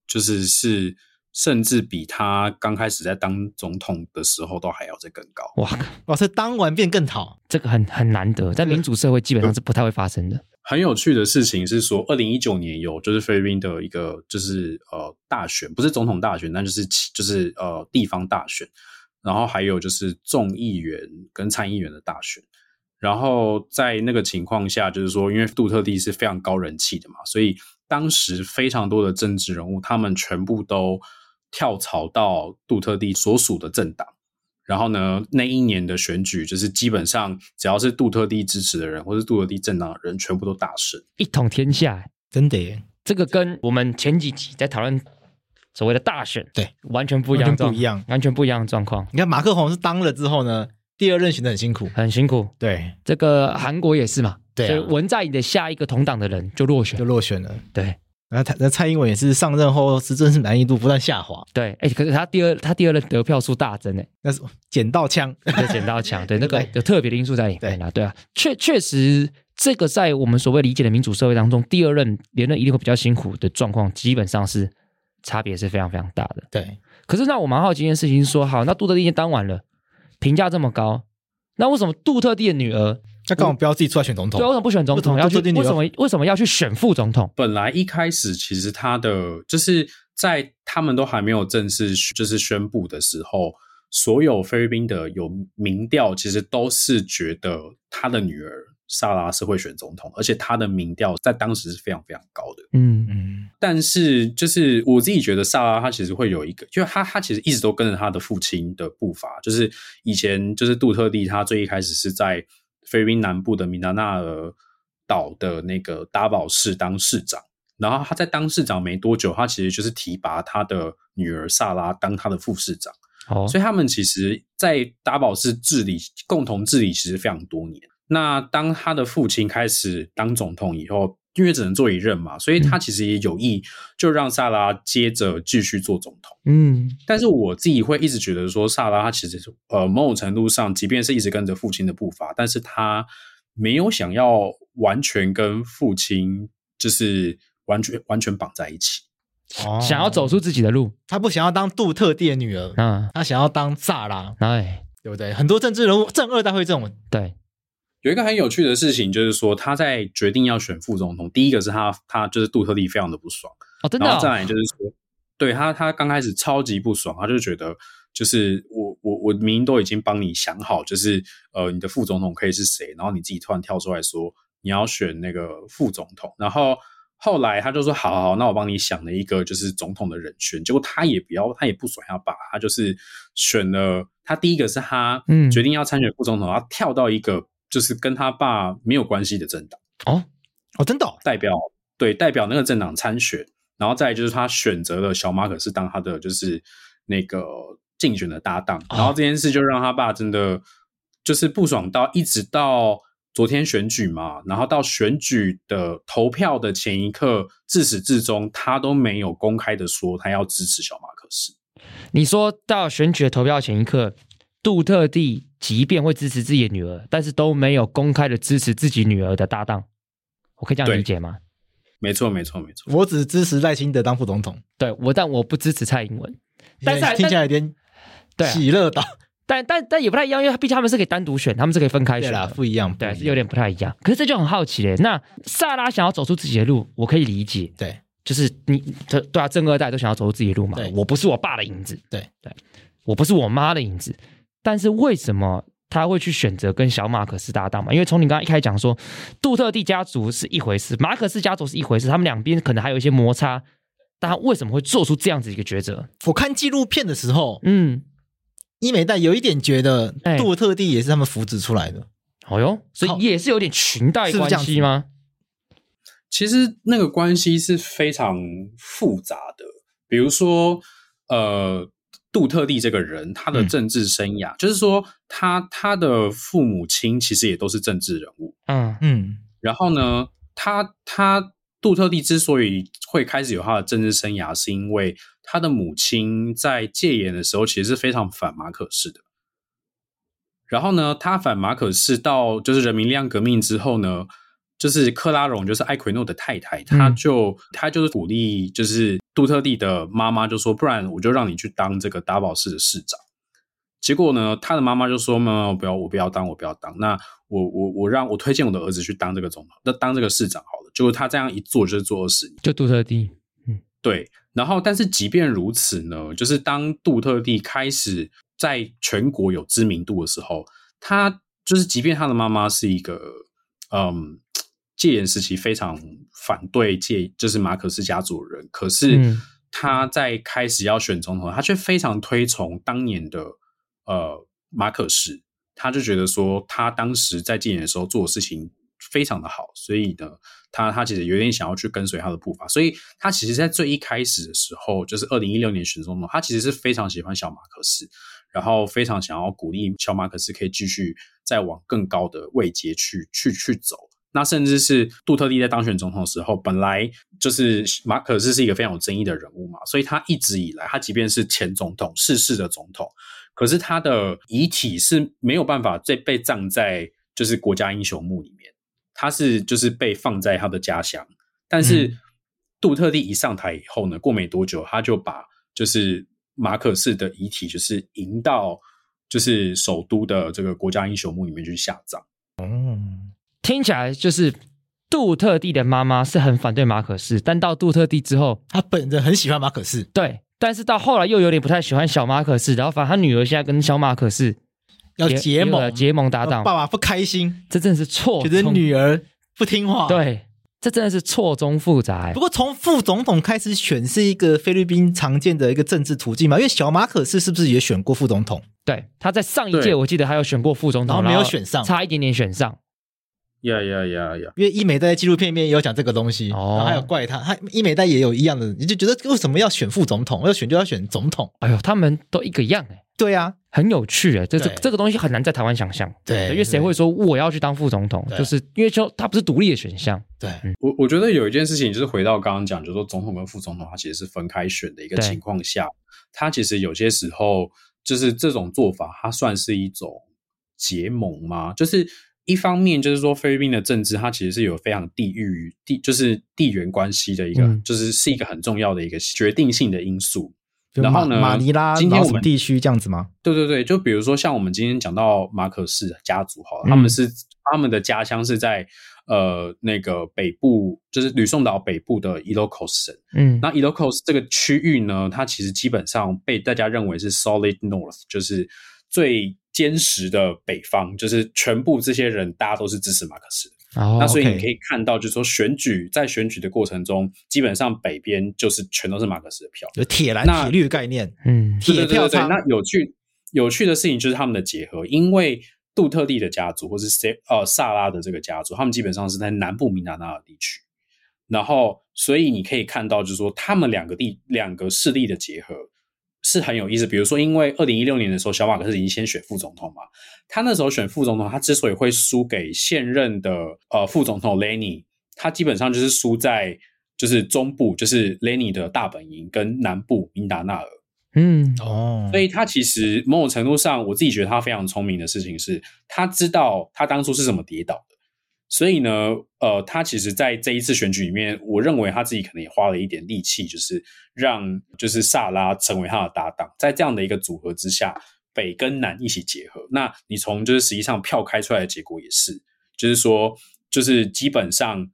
就是是甚至比他刚开始在当总统的时候都还要再更高。
哇，
哇，这当晚变更好，
这个很很难得，在民主社会基本上是不太会发生
嗯
的。
很有趣的事情是说，二零一九年有就是菲律宾的一个就是呃大选，不是总统大选，那就是其就是呃地方大选，然后还有就是众议员跟参议员的大选。然后在那个情况下，就是说，因为杜特地是非常高人气的嘛，所以当时非常多的政治人物，他们全部都跳槽到杜特地所属的政党。然后呢，那一年的选举，就是基本上只要是杜特地支持的人，或是杜特地政党的人，全部都大胜。
一统天下，
真的耶，
这个跟我们前几集在讨论所谓的大选，
对，
完全不一样的
完全
状，
不一样
完全不一样的状况，
你看马克宏是当了之后呢，第二任选的很辛苦，
很辛苦。
对，
这个韩国也是嘛，
对啊
所以文在寅的下一个同党的人就落选
就，落选了。
对
然后蔡那蔡英文也是上任后执政是难易度不断下滑，
对，哎，可是他第二他第二任得票数大增 哎。
那是捡到枪，
对，剪刀墙，对，那个
对
有特别的因素在里面啦，对啊，确确实，这个在我们所谓理解的民主社会当中，第二任连任一定会比较辛苦的状况，基本上是差别是非常非常大的。
对，
可是那我蛮好奇一件事情是说，好，那杜特地已经当完了，评价这么高，那为什么杜特地的女儿，
那干嘛不要自己出来选总统
对啊，为？什么不选总统，
为什么
要去
杜特地女
为
儿
什么为什么要去选副总统？
本来一开始其实他的就是在他们都还没有正式就是宣布的时候，所有菲律宾的有民调其实都是觉得他的女儿萨拉是会选总统，而且他的民调在当时是非常非常高的。
嗯，
嗯，
但是就是我自己觉得萨拉她其实会有一个，就是她她其实一直都跟着她的父亲的步伐，就是以前就是杜特地他最一开始是在菲律宾南部的米纳纳尔岛的那个达堡市当市长，然后他在当市长没多久，他其实就是提拔他的女儿萨拉当他的副市长。
好，
所以他们其实，在达堡市治理共同治理其实非常多年。那当他的父亲开始当总统以后，因为只能做一任嘛，所以他其实也有意就让萨拉接着继续做总统。
嗯
但是我自己会一直觉得说，萨拉他其实是呃某种程度上，即便是一直跟着父亲的步伐，但是他没有想要完全跟父亲就是完全完全绑在一起。
哦
嗯想要走，出自己的路，
他不想要当杜特地的女儿，
嗯，
他想要当萨拉，
哎，
对不对？很多政治人物正二代会这种，
对，
有一个很有趣的事情，就是说他在决定要选副总统，第一个是他他就是杜特地非常的不爽，
哦，真的
然后再
哦，
来就是说，对他他刚开始超级不爽，他就觉得就是我我我明明都已经帮你想好，就是呃你的副总统可以是谁，然后你自己突然跳出来说你要选那个副总统，然后后来他就说好好好，那我帮你想了一个就是总统的人选，结果他也不要他也不爽他爸，他就是选了他第一个是他
嗯
决定要参选副总统，他跳到一个就是跟他爸没有关系的政党。
哦，
哦，真的哦，
代表对代表那个政党参选，然后再来就是他选择了小马可是当他的就是那个竞选的搭档，然后这件事就让他爸真的就是不爽到一直到昨天选举嘛，然后到选举的投票的前一刻，自始至终他都没有公开的说他要支持小马可是。
你说到选举的投票前一刻，杜特地即便会支持自己的女儿，但是都没有公开的支持自己女儿的搭档，我可以这样
对
理解吗？
没错，没错，没错。
我只支持赖清德当副总统，
对我，但我不支持蔡英文，但是还
听起来有点
对啊
喜乐岛，
但但但也不太一样，因为毕竟他们是可以单独选，他们是可以分开
对
选
啦，
的。
不一样，
对，
不一样
是有点不太一样。可是这就很好奇嘞。那萨拉想要走出自己的路，我可以理解，
对，
就是你对对啊，正二代都想要走出自己的路嘛
对。
我不是我爸的影子，
对
对，我不是我妈的影子。但是为什么他会去选择跟小马可斯搭档嘛？因为从你刚刚一开始讲说，杜特地家族是一回事，马可斯家族是一回事，他们两边可能还有一些摩擦。但他为什么会做出这样子一个抉择？
我看纪录片的时候，
嗯，
医美代有一点觉得
哎
杜特地也是他们扶植出来的，
哦哟，所
好
以也是有点裙带
是不是
关
这样
系
子
吗？
其实那个关系是非常复杂的。比如说，呃，杜特地这个人，他的
嗯
政治生涯，就是说他他的父母亲其实也都是政治人物。
嗯
嗯，
然后呢，他他杜特地之所以会开始有他的政治生涯，是因为他的母亲在戒严的时候其实是非常反马可式的。然后呢，他反马可式到就是人民力量革命之后呢，就是克拉荣，就是艾奎诺的太太，她就她就是鼓励，就是杜特地的妈妈就说，不然我就让你去当这个达堡市的市长。结果呢，他的妈妈就说：“妈妈，我不要，我不要当，我不要当。那我我我让我推荐我的儿子去当这个总统，那当这个市长好了。”结果他这样一做就是做二十年。
就杜特地，
对，然后但是即便如此呢，就是当杜特地开始在全国有知名度的时候，他就是即便他的妈妈是一个嗯戒严时期非常反对戒，就是马可斯家族的人，可是
嗯
他在开始要选总统，他却非常推崇当年的呃马可斯，他就觉得说他当时在戒严的时候做的事情非常的好，所以呢，他他其实有点想要去跟随他的步伐，所以他其实，在最一开始的时候，就是二零一六年选总统，他其实是非常喜欢小马克思，然后非常想要鼓励小马克思可以继续再往更高的位阶去去去走。那甚至是杜特地在当选总统的时候，本来就是马可斯是一个非常有争议的人物嘛，所以他一直以来，他即便是前总统、逝世的总统，可是他的遗体是没有办法再被葬在就是国家英雄墓里面，他是就是被放在他的家乡。但是杜特地一上台以后呢，过没多久，他就把就是马可仕的遗体，就是迎到就是首都的这个国家英雄墓里面去下葬。
哦，
听起来就是杜特地的妈妈是很反对马可仕，但到杜特地之后，
他本人很喜欢马可仕，
对，但是到后来又有点不太喜欢小马可仕，然后反正他女儿现在跟小马可仕
要
也
结
也有了
盟，
结盟搭档，
爸爸不开心，
这真的是错，
觉得
从
女儿不听话。，
对，这真的是错综复杂、欸
不。过从副总统开始选是一个菲律宾常见的一个政治途径嘛，因为小马可仕是不是也选过副总统？
对，他在上一
对
届我记得还有选过副总
然
统，
后没有选上
差一点点选上。
呀呀呀呀！
因为医美代在纪录片里面也有讲这个东西，
哦
然后还有怪他，他医美代也有一样的，你就觉得为什么要选副总统？要选就要选总统，
哎呦，他们都一个样哎、
对啊，
很有趣哎、这这
对
这个东西很难在台湾想象。
对
因为谁会说我要去当副总统？
对
就是因为就他不是独立的选项，
对，
我我觉得有一件事情，就是回到刚刚讲，就是说总统跟副总统他其实是分开选的一个
对
情况下，他其实有些时候就是这种做法，它算是一种结盟吗？就是一方面就是说菲律宾的政治，它其实是有非常地域地就是地缘关系的一个，
嗯
就是是一个很重要的一个决定性的因素。
就
然后
马
呢
马尼拉
今天
然后
我
什么
们
地区这样子吗？
对对对，就比如说像我们今天讲到马可仕家族好了，
嗯
他们是他们的家乡是在呃那个北部，就是吕宋岛北部的 Ilocos 省。
嗯，
那 Ilocos 这个区域呢，它其实基本上被大家认为是 solid north，就是最坚实的北方，就是全部这些人大家都是支持马克思的。
哦
那所以
OK
你可以看到，就是说选举在选举的过程中，基本上北边就是全都是马克思的票。
有铁蓝
那
铁绿的概念，
嗯
对
铁
对对
票
对对
仓，
那有趣有趣的事情就是他们的结合，因为杜特地的家族或是塞呃萨拉的这个家族，他们基本上是在南部明达纳尔地区，然后所以你可以看到，就是说他们两个地两个势力的结合。是很有意思，比如说，因为二零一六年的时候，小马可是已经先选副总统嘛，他那时候选副总统，他之所以会输给现任的呃副总统 Lenny，他基本上就是输在就是中部，就是 Lenny 的大本营跟南部明达纳尔，
嗯，
哦，
所以他其实某种程度上，我自己觉得他非常聪明的事情是，他知道他当初是怎么跌倒的。所以呢，呃，他其实在这一次选举里面，我认为他自己可能也花了一点力气，就是让就是萨拉成为他的搭档。在这样的一个组合之下，北跟南一起结合。那你从就是实际上票开出来的结果也是，就是说，就是基本上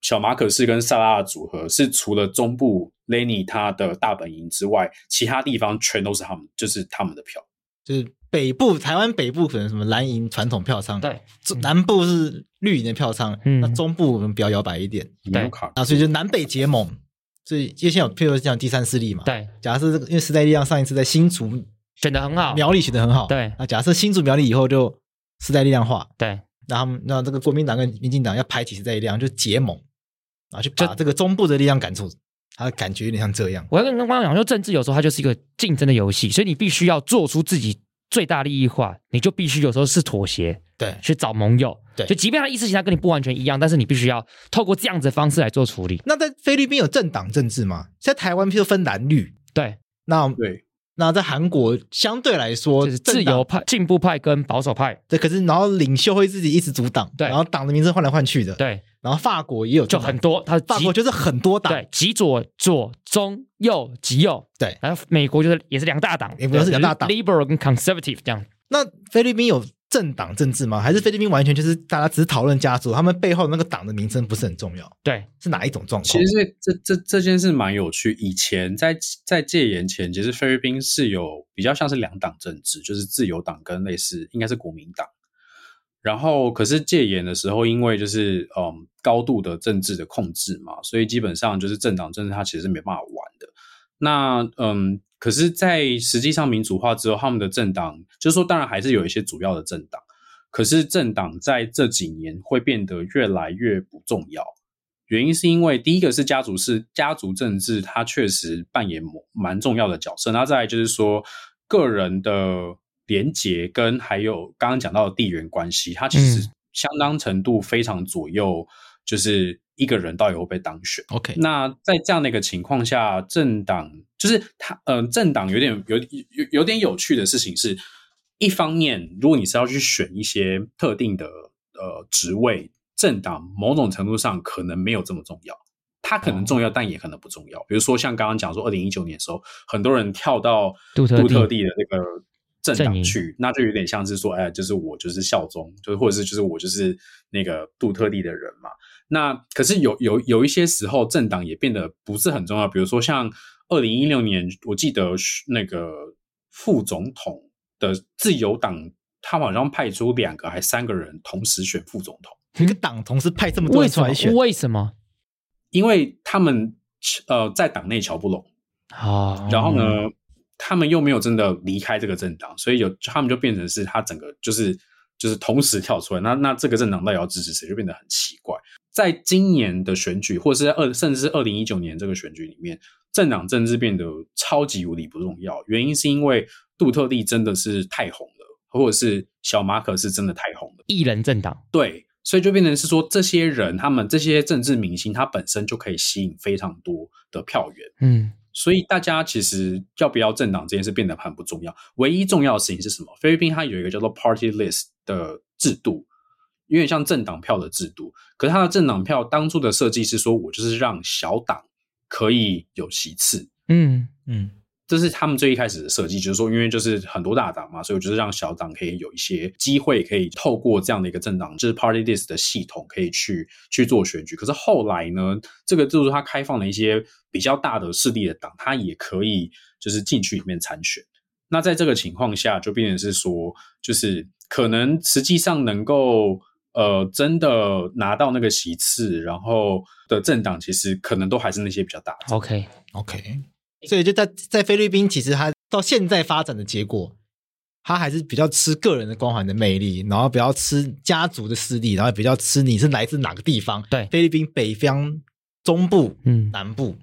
小马可仕跟萨拉的组合是除了中部 Lenny 他的大本营之外，其他地方全都是他们，就是他们的票。
就是北部台湾北部可能什么蓝营传统票仓，
对，
中南部是绿营的票仓，
嗯
那中部我们比较摇摆一点，
没有卡
啊，所以就南北结盟，所以因为现在有譬如讲第三势力嘛，，
对，
假设这个因为时代力量上一次在新竹
选的很好，
苗栗选的很好，
对
啊，假设新竹苗栗以后就时代力量化，
对，
那他们那这个国民党跟民进党要排挤时代力量，就结盟，啊，去把
这
这个中部的力量赶出，他的感觉有点像这样，
我要跟观众讲说，政治有时候它就是一个竞争的游戏，所以你必须要做出自己最大利益化，你就必须有时候是妥协，
对
去找盟友。
对
就即便他意识形态跟你不完全一样，但是你必须要透过这样子的方式来做处理。
那在菲律宾有政党政治吗？在台湾譬如分蓝绿，
对，
那
对，
那在韩国相对来说，
就是自由派、进步派跟保守派，
对，可是然后领袖会自己一直阻挡，
对
然后党的名字换来换去的，，
对，
然后法国也有这
就
种
很，多，它
法
极
国就是很多党，
对极左、左中右、极右，
对
然后美国就是也是两大党，
美国是两大党
对，liberal 跟 conservative 这样。
那菲律宾有政党政治吗？还是
嗯
菲律宾完全就是大家只讨论家族，他们背后的那个党的名称不是很重要，
对，
是哪一种状况？
其实这这这件事蛮有趣。以前在在戒严前，其实菲律宾是有比较像是两党政治，就是自由党跟类似应该是国民党。然后，可是戒严的时候，因为就是嗯高度的政治的控制嘛，所以基本上就是政党政治它其实是没办法玩的。那嗯，可是，在实际上民主化之后，他们的政党就是说，当然还是有一些主要的政党，可是政党在这几年会变得越来越不重要。原因是因为第一个是家族是家族政治，它确实扮演某蛮重要的角色。那再来就是说个人的连结跟还有刚刚讲到的地缘关系，它其实
嗯
相当程度非常左右，就是一个人到底会不会当选。
OK，
那在这样的一个情况下，政党就是他，嗯、政党有点有有有点有趣的事情是，一方面，如果你是要去选一些特定的呃职位，政党某种程度上可能没有这么重要，它可能重
哦
要，但也可能不重要。比如说像刚刚讲说，二零一九年的时候，很多人跳到
杜特地
杜特地的那个政
阵营
党去，那就有点像是说，哎，就是我就是效忠，就是或者是就是我就是那个杜特地的人嘛。那可是有有有一些时候，政党也变得不是很重要。比如说像二零一六年，我记得是那个副总统的自由党，他们好像派出两个还三个人同时选副总统，
一个党同时派这么多
为
人
什
出来选
么？，为什么？
因为他们呃在党内瞧不拢。
啊，
然后呢，他们又没有真的离开这个政党，所以有他们就变成是他整个就是就是同时跳出来，那那这个政党到底要支持谁，就变得很奇怪。在今年的选举，或者是在二甚至是二零一九年这个选举里面，政党政治变得超级无理不重要，原因是因为杜特地真的是太红了，或者是小马可是真的太红了。
艺人政党，
对，所以就变成是说，这些人他们这些政治明星，他本身就可以吸引非常多的票源。
嗯，
所以大家其实要不要政党这件事变得很不重要，唯一重要的事情是什么？菲律宾它有一个叫做 Party List 的制度，有点像政党票的制度。可是它的政党票当初的设计是说，我就是让小党可以有席次，
嗯，
嗯，
这是他们最一开始的设计，就是说，因为就是很多大党嘛，所以我就是让小党可以有一些机会，可以透过这样的一个政党，就是 party list 的系统，可以去去做选举。可是后来呢，这个制度它开放了一些比较大的势力的党，它也可以就是进去里面参选。那在这个情况下，就变成是说，就是可能实际上能够呃真的拿到那个席次，然后的政党其实可能都还是那些比较大的。
OK，
OK，所
哎
以就在在菲律宾，其实它到现在发展的结果，它还是比较吃个人的光环的魅力，然后比较吃家族的势力，然后比较吃你是来自哪个地方。
对
菲律宾北方、中部、
嗯，
南部，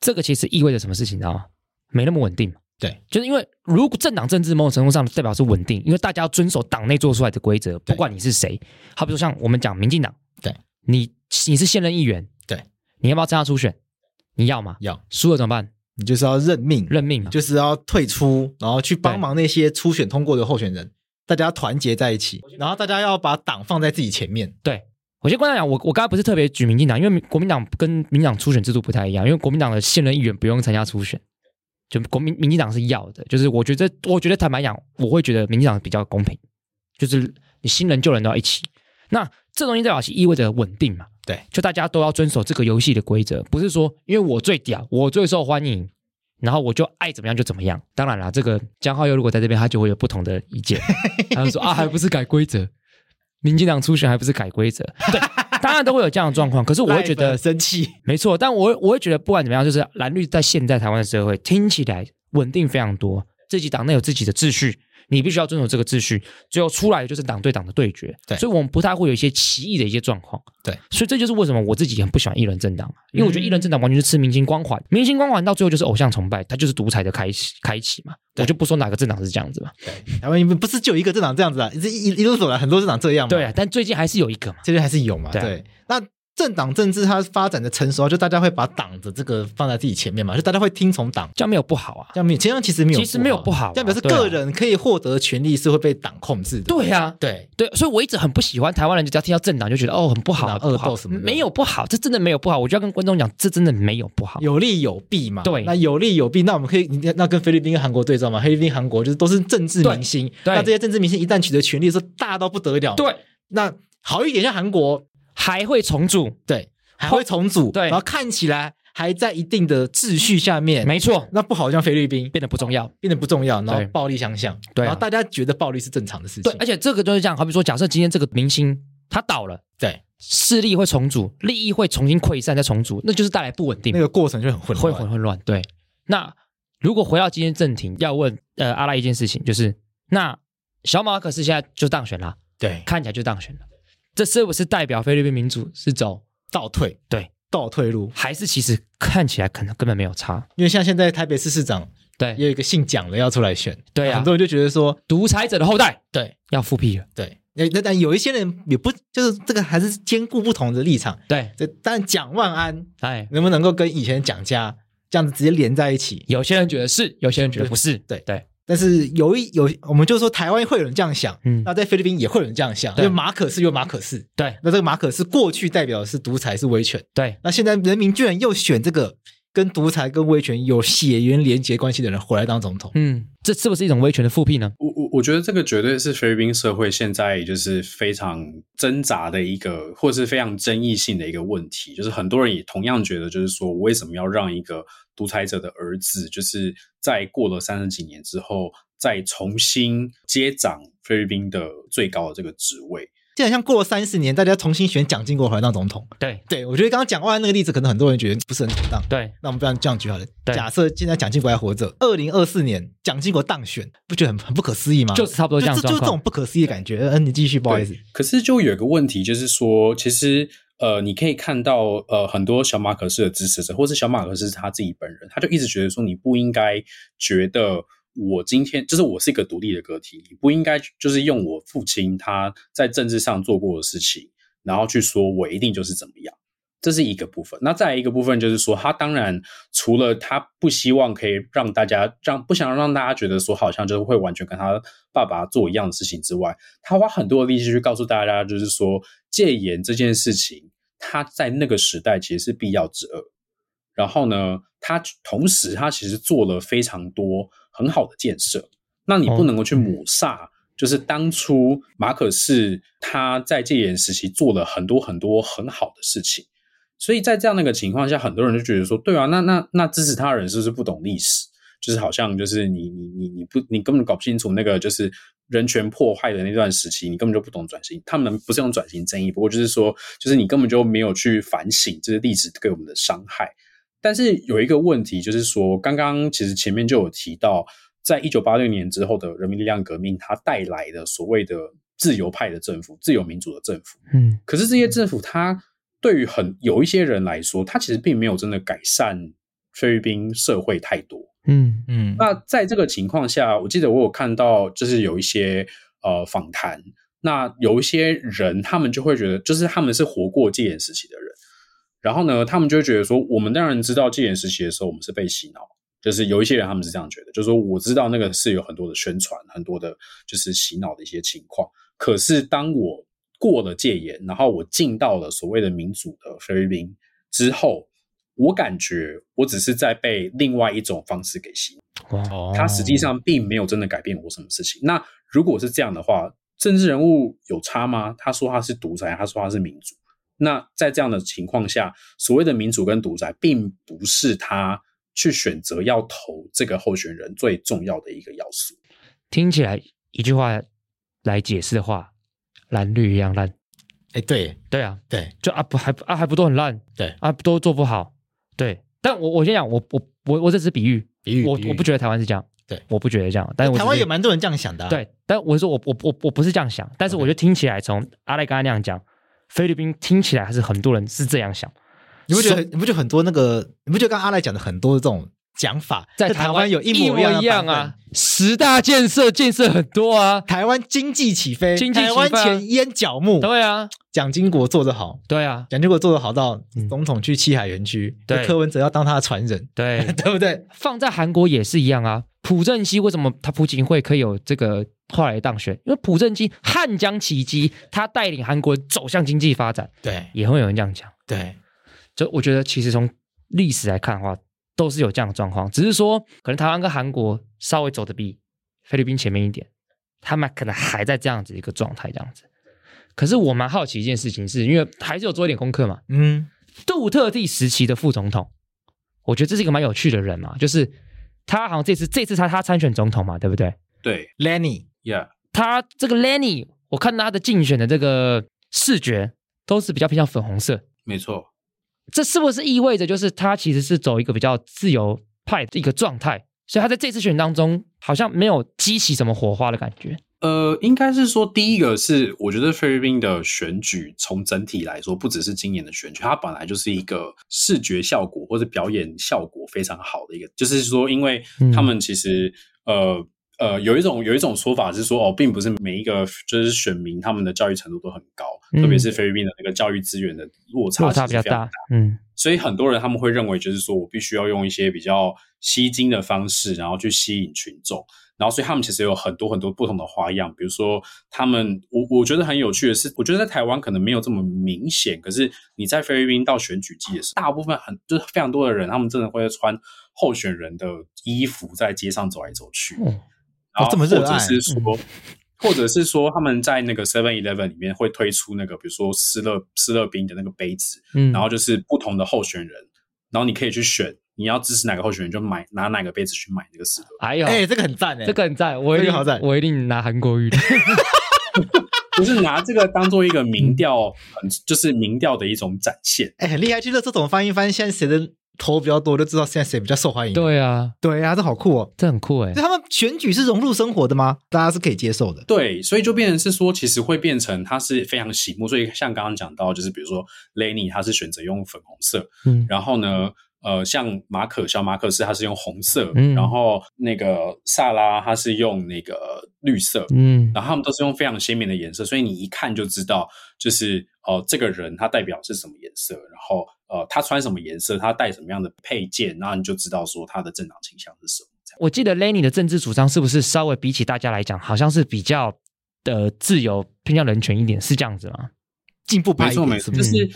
这个其实意味着什么事情，你知道吗？没那么稳定。
对，
就是因为如果政党政治某种程度上代表是稳定，因为大家要遵守党内做出来的规则，不管你是谁。好比说像我们讲民进党，
对，
你你是现任议员，
对，
你要不要参加初选？你要嘛？
要
输了怎么办？
你就是要任命，
任命嘛？
就是要退出，然后去帮忙那些初选通过的候选人，大家团结在一起，然后大家要把党放在自己前面。
我先跟大家讲，我我刚才不是特别举民进党，因为国民党跟民进党初选制度不太一样，因为国民党的现任议员不用参加初选，就国民民进党是要的。就是我觉得，我觉得坦白讲，我会觉得民进党比较公平，就是你新人旧人都要一起。那这东西代表是意味着稳定嘛？
对，
就大家都要遵守这个游戏的规则，不是说因为我最屌，我最受欢迎，然后我就爱怎么样就怎么样。当然啦，这个江浩佑如果在这边，他就会有不同的 意见，他就说啊，还不是改规则，民进党初选还不是改规则，对，当然都会有这样的状况。可是我会觉
赖
得
粉生气，
没错，但我我会觉得不管怎么样，就是蓝绿在现在台湾的社会听起来稳定非常多，自己党内有自己的秩序，你必须要遵守这个秩序，只有出来就是党对党的对决，
对
所以我们不太会有一些奇异的一些状况，
对，嗯
所以这就是为什么我自己很不喜欢一人政党，啊因为我觉得一人政党完全是吃明星光环，明星光环到最后就是偶像崇拜，它就是独裁的开启开启嘛，
对
我就不说哪个政党是这样子嘛，
台湾不是就有一个政党这样子啊，这一一路走来很多政党这样嘛。
对啊，但最近还是有一个嘛，
这边还是有嘛？
对
对
啊
那政党政治它发展的成熟啊，就大家会把党的这个放在自己前面嘛，就大家会听从党。
这样没有不好啊，
这样没有，这样其实没有，
其实没有不好啊
这样表示
对啊
个人可以获得的权利是会被党控制的。
对呀、啊。
对
对，所以我一直很不喜欢台湾人，只要听到政党就觉得哦很不好，
政党恶
不好
斗什么的
没有不好，这真的没有不好。我就要跟观众讲，这真的没有不好。
有利有弊嘛。
对
那有利有弊，那我们可以你那跟菲律宾跟韩国对照嘛？菲律宾、韩国就是都是政治明星，
对对
那这些政治明星一旦取得权利，是大到不得了。，
对，
那好一点像韩国，
还会重组，
对，还会重组，
对
然后看起来还在一定的秩序下面。
没错，
那不好像菲律宾，
变得不重要。
变得不重要，然
对
后暴力相向，
对啊
然后大家觉得暴力是正常的事情，
对，而哎且这个就是这样，好比说，假设今天这个明星他倒了，
对
势力会重组，利益会重新溃散再重组，那就是带来不稳定
那，个过程就很混
会
乱，
很混乱。对，那如果回到今天正题，要问呃阿拉一件事情，就是那小马可是现在就当选了，
对，
看起来就当选了，这是不是代表菲律宾民主是走？
倒退，
对，
倒退路，
还是其实看起来可能根本没有差。
因为像现在台北市市长也
对，
有一个姓蒋的要出来选，
对啊
很多人就觉得说，
独裁者的后代
对
要复辟了。
对，那那但有一些人也不就是这个还是兼顾不同的立场，
对，
这但蒋万安
哎，
能不能够跟以前的蒋家这样子直接连在一起？
有些人觉得是，有些人觉得不是。
对
对，
但是有一有，我们就说台湾会有人这样想，
嗯
那在菲律宾也会有人这样想，因
对
为马可是有马可是，
对
那这个马可是过去代表的是独裁是威权，
对，
那现在人民居然又选这个跟独裁跟威权有血缘连结关系的人回来当总统，
嗯，这是不是一种威权的复辟呢？
我我我觉得这个绝对是菲律宾社会现在就是非常挣扎的一个，或是非常争议性的一个问题。就是很多人也同样觉得，就是说我为什么要让一个独裁者的儿子，就是在过了三十几年之后，再重新接掌菲律宾的最高的这个职位？
就好像过了三十年，大家重新选蒋经国回来当总统。
对
对我觉得刚刚讲完那个例子，可能很多人觉得不是很妥当。
对，
那我们不然这样举好了，
对
假设现在蒋经国还活着，二零二四年蒋经国当选，不觉得很很不可思议吗？
就是差不多这样的
就就
状
就这
况
种不可思议的感觉。嗯，你继续，不好意思
对。可是就有一个问题，就是说，其实呃，你可以看到呃，很多小马可斯的支持者，或是小马可斯他自己本人，他就一直觉得说，你不应该觉得我今天就是我是一个独立的个体，你不应该就是用我父亲他在政治上做过的事情，然后去说我一定就是怎么样。这是一个部分，那再来一个部分就是说，他当然除了他不希望可以让大家让不想让大家觉得说好像就是会完全跟他爸爸做一样的事情之外，他花很多的力气去告诉大家，就是说戒严这件事情，他在那个时代其实是必要之恶。然后呢，他同时他其实做了非常多很好的建设，那你不能够去抹煞，就是当初马可是他在戒严时期做了很多很多很好的事情。所以在这样的一个情况下，很多人就觉得说，对啊，那那那支持他的人是不是不懂历史？就是好像就是你你你你不你根本搞不清楚那个就是人权破坏的那段时期，你根本就不懂转型。他们不是用转型争议，不过就是说，就是你根本就没有去反省这些历史给我们的伤害。但是有一个问题，就是说，刚刚其实前面就有提到，在一九八六年之后的人民力量革命，它带来的所谓的自由派的政府、自由民主的政府，
嗯
可是这些政府，它对于很有一些人来说，它其实并没有真的改善菲律宾社会太多。
嗯
嗯，
那在这个情况下，我记得我有看到，就是有一些呃访谈，那有一些人他们就会觉得，就是他们是活过戒严时期的人，然后呢，他们就会觉得说，我们当然知道戒严时期的时候，我们是被洗脑。就是有一些人他们是这样觉得，就是说我知道那个是有很多的宣传，很多的就是洗脑的一些情况。可是当我过了戒严，然后我进到了所谓的民主的菲律宾之后，我感觉我只是在被另外一种方式给洗脑。
哇，
哦
他实际上并没有真的改变我什么事情。那如果是这样的话，政治人物有差吗？他说他是独裁，他说他是民主。那在这样的情况下，所谓的民主跟独裁，并不是他去选择要投这个候选人最重要的一个要素。
听起来一句话来解释的话，蓝绿一样烂。
哎，对
对啊，
对，
就啊不还啊还不都很烂，
对
啊都做不好，对。但我我先讲，我我我我这只是比喻，
比喻
我
比喻
我不觉得台湾是这样，
对
我不觉得这样，但是我
台湾
只是
有蛮多人这样想的、啊，，
对，但我是说我我我我不是这样想，但是
OK
我就听起来从阿赖刚才那样讲，菲律宾听起来还是很多人是这样想，
你不觉得很你不觉得很多那个，你不觉得刚刚阿赖讲的很多这种讲法，
在
台
湾
有
一
模
一
一
样
的版
啊
本？，
十大建设建设很多啊，
台湾经济起飞，
经济起飞
哎台
啊
湾前烟角木，
对啊，
蒋经国做得好，
对啊，
蒋经国做得好到
嗯
总统去七海园区，
对
柯文哲要当他的传人，
对，
对不对？
放在韩国也是一样啊。朴正熙为什么他朴槿惠可以有这个后来的当选？因为朴正熙汉江奇迹，他带领韩国走向经济发展，
对
也会有人这样讲。
对，
就我觉得，其实从历史来看的话，都是有这样的状况，只是说可能台湾跟韩国稍微走的比菲律宾前面一点，他们可能还在这样子一个状态，这样子。可是我蛮好奇一件事情是，因为还是有做一点功课嘛，
嗯，
杜特地时期的副总统，我觉得这是一个蛮有趣的人嘛，就是他好像这次这次他他参选总统嘛，对不对？
对
Lenny，
，Yeah，
他这个 Lenny，我看他的竞选的这个视觉都是比较偏向粉红色，
没错。
这是不是意味着就是他其实是走一个比较自由派的一个状态？所以他在这次选当中好像没有激起什么火花的感觉。
呃，应该是说，第一个是我觉得菲律宾的选举，从整体来说，不只是今年的选举，它本来就是一个视觉效果或者表演效果非常好的一个，就是说，因为
嗯
他们其实、呃呃有一种有一种说法是说，哦，并不是每一个就是选民他们的教育程度都很高，
嗯
特别是菲律宾的那个教育资源的落差
落差
其
比较
实非常
大，嗯，
所以很多人他们会认为，就是说我必须要用一些比较吸睛的方式，然后去吸引群众。然后，所以他们其实有很多很多不同的花样，比如说他们，我我觉得很有趣的是，我觉得在台湾可能没有这么明显，可是你在菲律宾到选举季的时候，大部分很就是非常多的人，他们真的会穿候选人的衣服在街上走来走去，
嗯
然后
哦这么
或
热爱嗯
者是说，或者是说他们在那个 Seven Eleven 里面会推出那个，比如说斯乐斯乐冰的那个杯子，
嗯，
然后就是不同的候选人，然后你可以去选你要支持哪个候选人，就买拿哪个杯子去买那个斯乐。
哎呦，
哎、这个很赞哎、
这个很赞，我一
这
定
个好赞
我一定拿韩国 语的。
就是拿这个当做一个
嗯
民调，很就是民调的一种展现。
哎、很厉害，就是这种翻一翻，现在谁的头比较多，就知道现在谁比较受欢迎。
对啊，
对啊，这好酷哦！
这很酷哎
那。他们选举是融入生活的吗？大家是可以接受的。
对，所以就变成是说，其实会变成它是非常醒目。所以像刚刚讲到，就是比如说 Lenny 他是选择用粉红色，
嗯
然后呢，呃，像马可小马可斯他是用红色，
嗯
然后那个萨拉他是用那个绿色，
嗯
然后他们都是用非常鲜明的颜色，所以你一看就知道，就是哦、呃这个人他代表是什么颜色，然后呃，他穿什么颜色，他戴什么样的配件，然后你就知道说他的政党倾向是什么。这样
我记得 Lenny 的政治主张是不是稍微比起大家来讲，好像是比较呃自由、偏向人权一点，是这样子吗？
进步派
没
一
错，
点
没
是
错，
不？
就是是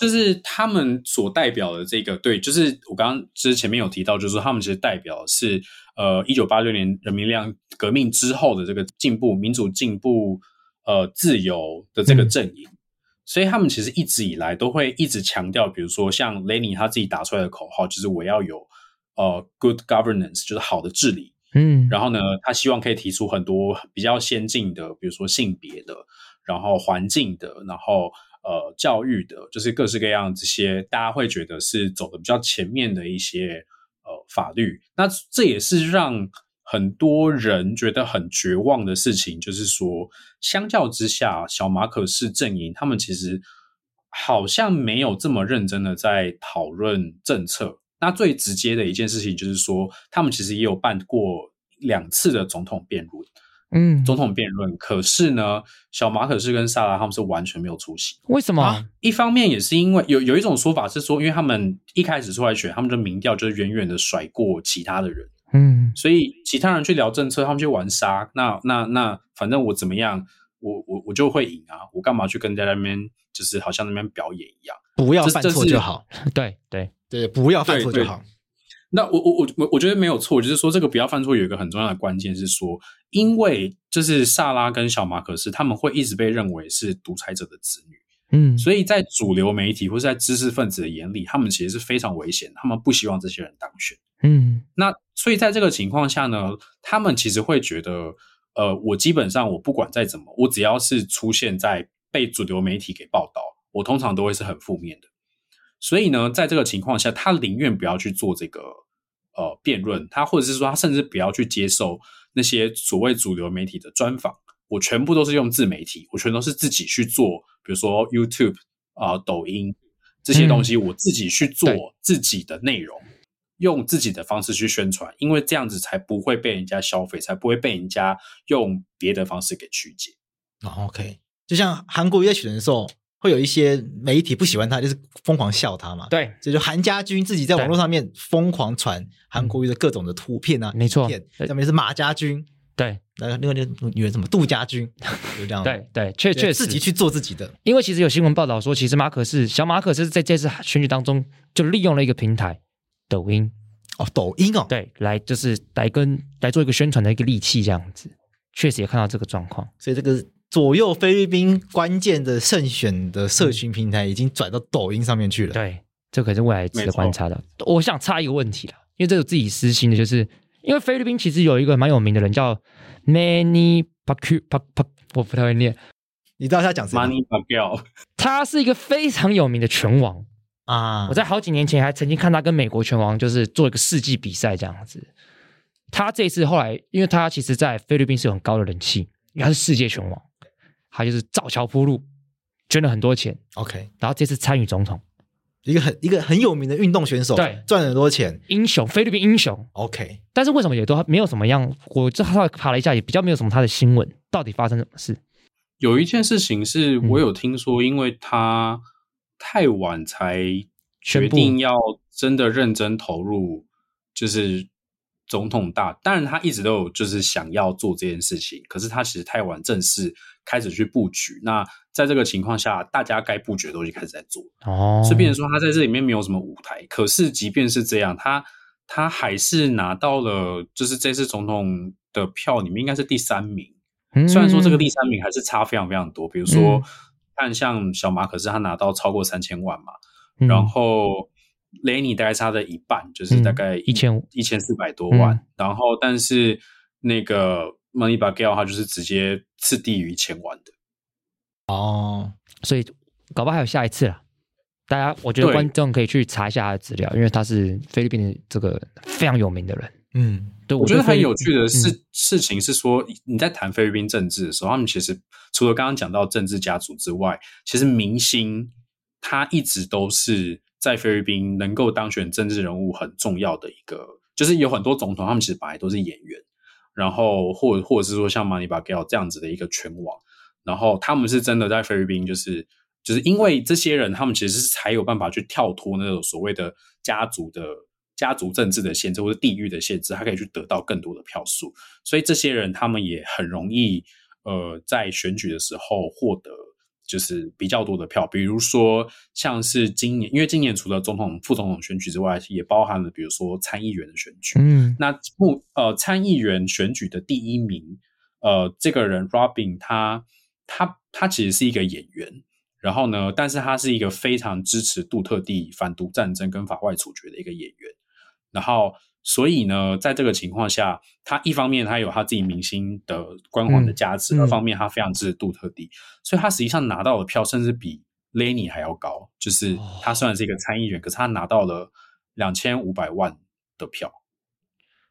就是他们所代表的这个，对，就是我刚刚之前面有提到，就是说他们其实代表的是呃，一九八六年人民力量革命之后的这个进步、民主进步、呃，自由的这个
嗯
阵营。所以他们其实一直以来都会一直强调，比如说像 Lenny 他自己打出来的口号，就是我要有呃 good governance，就是好的治理。
嗯，
然后呢，他希望可以提出很多比较先进的，比如说性别的，呃然后环境的，然后呃教育的，就是各式各样这些大家会觉得是走的比较前面的一些呃法律。那这也是让很多人觉得很绝望的事情，就是说，相较之下，小马可是阵营他们其实好像没有这么认真的在讨论政策。那最直接的一件事情就是说，他们其实也有办过两次的总统辩论，
嗯，
总统辩论。可是呢，小马可是跟萨拉他们是完全没有出席。
为什么？
啊
一方面也是因为有有一种说法是说，因为他们一开始出来选，他们的民调就是远远的甩过其他的人，
嗯
所以其他人去聊政策，他们去玩沙。那那那，反正我怎么样，我我我就会赢啊！我干嘛去跟在那边，就是好像那边表演一样。
不要
这
犯
这
错
是
就好。
对对，
对，不要犯
对
错就
对
好。
那我我我我我觉得没有错，就是说这个不要犯错有一个很重要的关键是说，因为就是萨拉跟小马可是他们会一直被认为是独裁者的子女，
嗯，
所以在主流媒体或是在知识分子的眼里，他们其实是非常危险，他们不希望这些人当选。
嗯
那所以在这个情况下呢，他们其实会觉得，呃，我基本上我不管再怎么，我只要是出现在被主流媒体给报道，我通常都会是很负面的。所以呢，在这个情况下，他宁愿不要去做这个呃辩论，他或者是说他甚至不要去接受那些所谓主流媒体的专访，我全部都是用自媒体，我全都是自己去做，比如说 YouTube 啊、抖音这些东西，我自己去做
对
自己的内容。用自己的方式去宣传，因为这样子才不会被人家消费，才不会被人家用别的方式给曲解。
哦 OK，就像韩国瑜在选的时候，会有一些媒体不喜欢他，就是疯狂笑他嘛。
对，
这就韩家军自己在网络上面疯狂传韩国瑜的各种的图片啊，
嗯没错
影片
对
上面是马家军，
对
那个那个那个女人什么杜家 军，就这样。
对对，确
对，
确
自
实
己，去做自己的，
因为其实有新闻报道说，其实马可是小马可是在这次选举当中就利用了一个平台抖音，
嗯
哦，抖音哦，
对，来就是来跟来做一个宣传的一个利器，这样子，确实也看到这个状况。
所以这个左右菲律宾关键的胜选的社群平台已经转到抖音上面去了。
嗯对，这可是未来值
没
得
错
观察的。我想插一个问题啦，因为这是自己私心的，就是因为菲律宾其实有一个蛮有名的人叫 Manny Pacu p a p 我不太会念，
你知道他讲什么
Money b a g l
他是一个非常有名的拳王。
啊？
我在好几年前还曾经看他跟美国拳王就是做一个世纪比赛这样子。他这一次后来，因为他其实在菲律宾是有很高的人气，因为他是世界拳王，他就是造桥铺路，捐了很多钱，
OK，
然后这次参与总统，
一个很一个很有名的运动选手，
对
赚了很多钱。
英雄，菲律宾英雄。
OK，
但是为什么也都没有什么样？我这稍微爬了一下，也比较没有什么他的新闻，到底发生什么事？
有一件事情是
嗯
我有听说，因为他太晚才
宣
决
布
定要真的认真投入，就是总统大，当然他一直都有就是想要做这件事情，可是他其实太晚正式开始去布局。那在这个情况下，大家该布局的东西开始在做，
哦，
所以变成说他在这里面没有什么舞台。可是即便是这样，他他还是拿到了就是这次总统的票里面应该是第三名。
嗯
虽然说这个第三名还是差非常非常多，比如说、
嗯
看像小马，可是他拿到超过三千万嘛，
嗯
然后雷尼大概差的一半，就是大概
嗯1500
一千四百多万。
嗯
然后，但是那个 Money b a g a l 他就是直接是低于一千万的。
哦，
所以搞不好还有下一次啦。大家，我觉得
对
观众可以去查一下他的资料，因为他是菲律宾的这个非常有名的人。
嗯，
对，
我
我
觉得
菲
很
律
有趣的是、
嗯
事情是说，你在谈菲律宾政治的时候，他们其实除了刚刚讲到政治家族之外，其实明星他一直都是在菲律宾能够当选政治人物很重要的一个，就是有很多总统他们其实本来都是演员，然后或或者是说像马尼巴盖尔这样子的一个拳王，然后他们是真的在菲律宾，就是就是因为这些人，他们其实是才有办法去跳脱那种所谓的家族的家族政治的限制或者地域的限制，他可以去得到更多的票数。所以这些人他们也很容易呃在选举的时候获得。就是比较多的票，比如说像是今年，因为今年除了总统、副总统选举之外，也包含了比如说参议员的选举。
嗯
那目呃参议员选举的第一名，呃，这个人 Robin 他他他其实是一个演员，然后呢，但是他是一个非常支持杜特地反毒战争跟法外处决的一个演员，然后。所以呢，在这个情况下，他一方面他有他自己明星的光环的加持，
嗯嗯
二方面他非常支持杜特地，所以他实际上拿到的票甚至比 Lenny 还要高。就是
哦
他虽然是一个参议员，可是他拿到了两千五百万的票。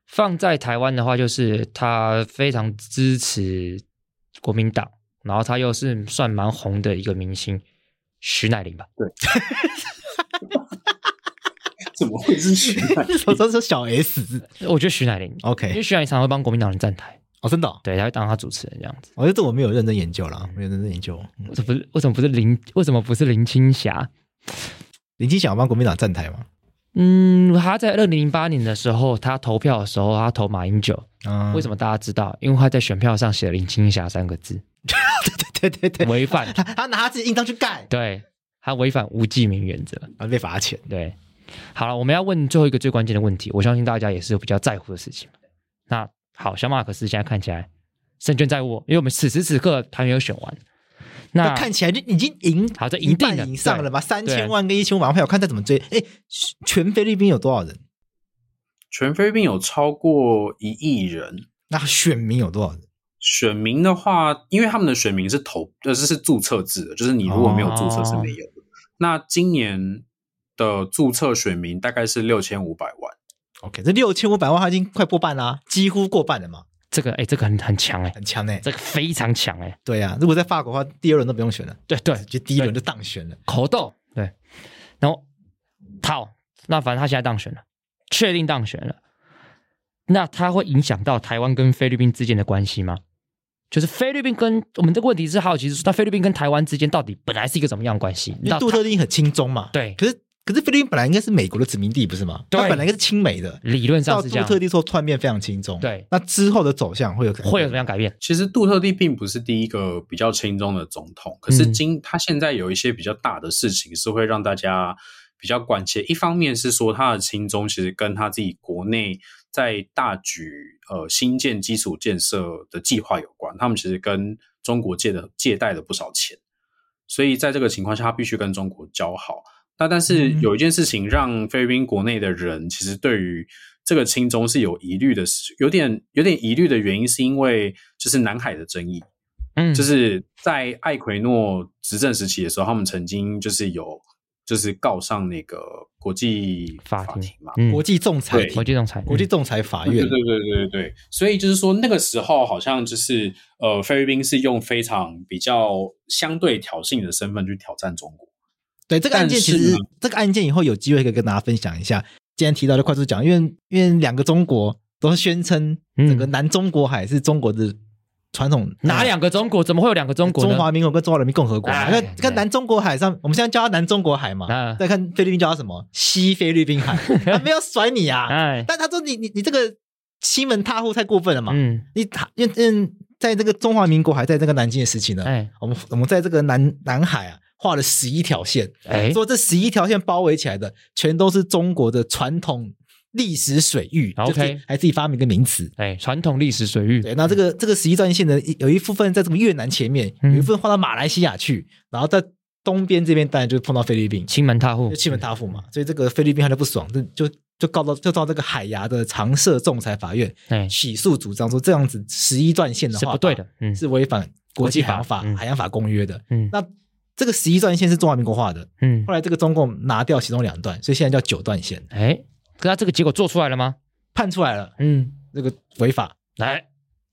放在台湾的话，就是他非常支持国民党，然后他又是算蛮红的一个明星，徐乃麟吧？
怎么会是徐乃麟？
我这是小 S，OK，、
我觉得徐乃麟，因为
OK
徐乃麟常常会帮国民党人站台，
哦，真的、哦，
对，他会当他主持人这样子。
我觉哦得这我没有认真研究啦，没有认真研究。嗯
为什么不是？为什么不是林？为什么不是林青霞？
林青想帮国民党站台嘛？
嗯，他在二零零八年的时候，他投票的时候，他投马英九。
啊、
为什么大家知道？因为他在选票上写了“林青霞”三个字，
对对对，
违反
他他拿他自己印章去盖，
对他违反无记名原则。
然后啊被罚钱。
对，好了，我们要问最后一个最关键的问题，我相信大家也是比较在乎的事情。那好，小马克思现在看起来胜券在握，因为我们此时此刻还没有选完。那
那看起来就已经赢，
好这
一
赢定
半
了
以上
对
了吧？三
对
千万跟一千五百万票，看他怎么追。哎，全菲律宾有多少人？
全菲律宾有超过一亿人，
那选民有多少人？
选民的话，因为他们的选民是投，呃，是是注册制的，就是你如果没有注册是没有的。那今年的注册选民大概是六千五百万，
OK，这六千五百万他已经快过半啦、几乎过半了嘛，
这个，哎、这个很很强哎、
很强哎、
这个非常强哎、
对呀、如果在法国的话，第二轮都不用选了，
对对，
就第一轮就当选了。
口斗对，然后好，那反正他现在当选了，确定当选了，那他会影响到台湾跟菲律宾之间的关系吗？就是菲律宾跟我们这个问题是好奇是说，那菲律宾跟台湾之间到底本来是一个怎么样的关系？
因为
那
杜特地很亲中嘛，
对
可是可是菲律宾本来应该是美国的殖民地，不是吗？
对
它本来应该是亲美的，
理论上
到
是
杜
这样，
特地之后突然变非常亲中。
对
那之后的走向会有可能
会有怎么样改变？
其实杜特地并不是第一个比较轻松的总统，可是今、他现在有一些比较大的事情是会让大家比较关切。一方面是说他的轻松其实跟他自己国内在大举呃新建基础建设的计划有关，他们其实跟中国借的借贷了不少钱，所以在这个情况下，他必须跟中国交好。那但是
嗯
有一件事情让菲律宾国内的人其实对于这个亲中是有疑虑的，是有点有点疑虑的原因，是因为就是南海的争议，
嗯，
就是在艾奎诺执政时期的时候，他们曾经就是有就是告上那个国际
法
庭
庭
嘛，
嗯
国际仲裁
对嗯
庭
国际仲裁，嗯
国际仲裁法
对
院
对对对对对，所以就是说那个时候好像就是呃，菲律宾是用非常比较相对挑衅的身份去挑战中国。
对这个案件，
但是
其实
呢
这个案件以后有机会可以跟大家分享一下。既然提到，就快速讲，因为因为两个中国都宣称
嗯
整个南中国海是中国的传统
哪两个中国？怎么会有两个中国呢？
中华民国跟中华人民共和国啊，
哎
那
对
看南中国海上，我们现在叫它南中国海嘛
啊，
再看菲律宾叫它什么西菲律宾 海，他没有甩你啊，
哎，
但他说你你你这个欺门踏户太过分了嘛，
嗯，
你他因为因为在这个中华民国还在这个南京的时期呢，
哎
我们我们在这个南南海啊画了十一条线，
哎，
说这十一条线包围起来的全都是中国的传统历史水域
好
就自己
OK
还自己发明一个名词。
哎，传统历史水域，
对，那这个这个十一专线的一有一部分在这个越南前面，有
嗯
一部分画到马来西亚去，然后在东边这边当然就碰到菲律宾，
欺门踏户
就，欺门踏户嘛，所以这个菲律宾他就不爽，就就就告到就到这个海牙的常设仲裁法院
哎，
起诉主张说这样子十一段线的
是
话
不对的，嗯，
是违反国际海洋法、
国际法嗯
海洋法公约的。
嗯
那这个十一段线是中华民国画的，
嗯，
后来这个中共拿掉其中两段，所以现在叫九段线，
哎，可他这个结果做出来了吗？
判出来了，
嗯，
这个违法
来，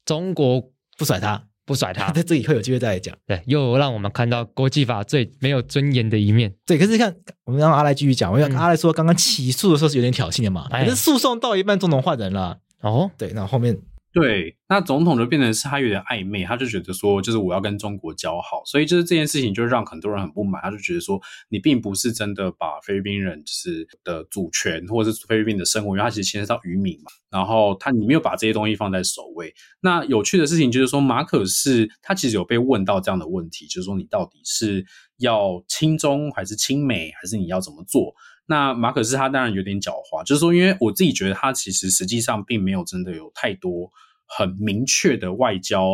中国
不甩他，
不 甩他，
在这以后有机会再来讲。
对，又让我们看到国际法最没有尊严的一面，
对，可是看我们让阿赖继续讲，我想
嗯
阿赖说刚刚起诉的时候是有点挑衅的嘛，
哎
可是诉讼到一半总统换人了，
哦，
对，那后面
对，那总统就变成是他有点暧昧，他就觉得说，就是我要跟中国交好，所以就是这件事情就让很多人很不满，他就觉得说，你并不是真的把菲律宾人就是的主权或者是菲律宾的生活，因为他其实牵涉到渔民嘛，然后他你没有把这些东西放在首位。那有趣的事情就是说，马可是他其实有被问到这样的问题，就是说你到底是要亲中还是亲美，还是你要怎么做？那马可斯他当然有点狡猾，就是说，因为我自己觉得他其实实际上并没有真的有太多很明确的外交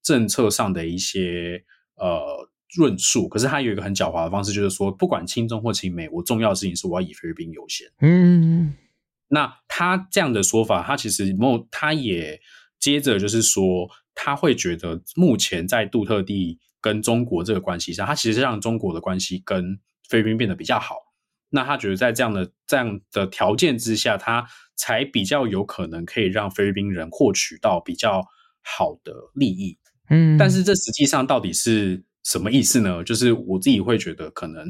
政策上的一些呃论述。可是他有一个很狡猾的方式，就是说，不管亲中或亲美，我重要的事情是我要以菲律宾优先。
嗯，
那他这样的说法，他其实某他也接着就是说，他会觉得目前在杜特地跟中国这个关系上，他其实让中国的关系跟菲律宾变得比较好。那他觉得在这样的这样的条件之下，他才比较有可能可以让菲律宾人获取到比较好的利益。
嗯，
但是这实际上到底是什么意思呢？就是我自己会觉得可能，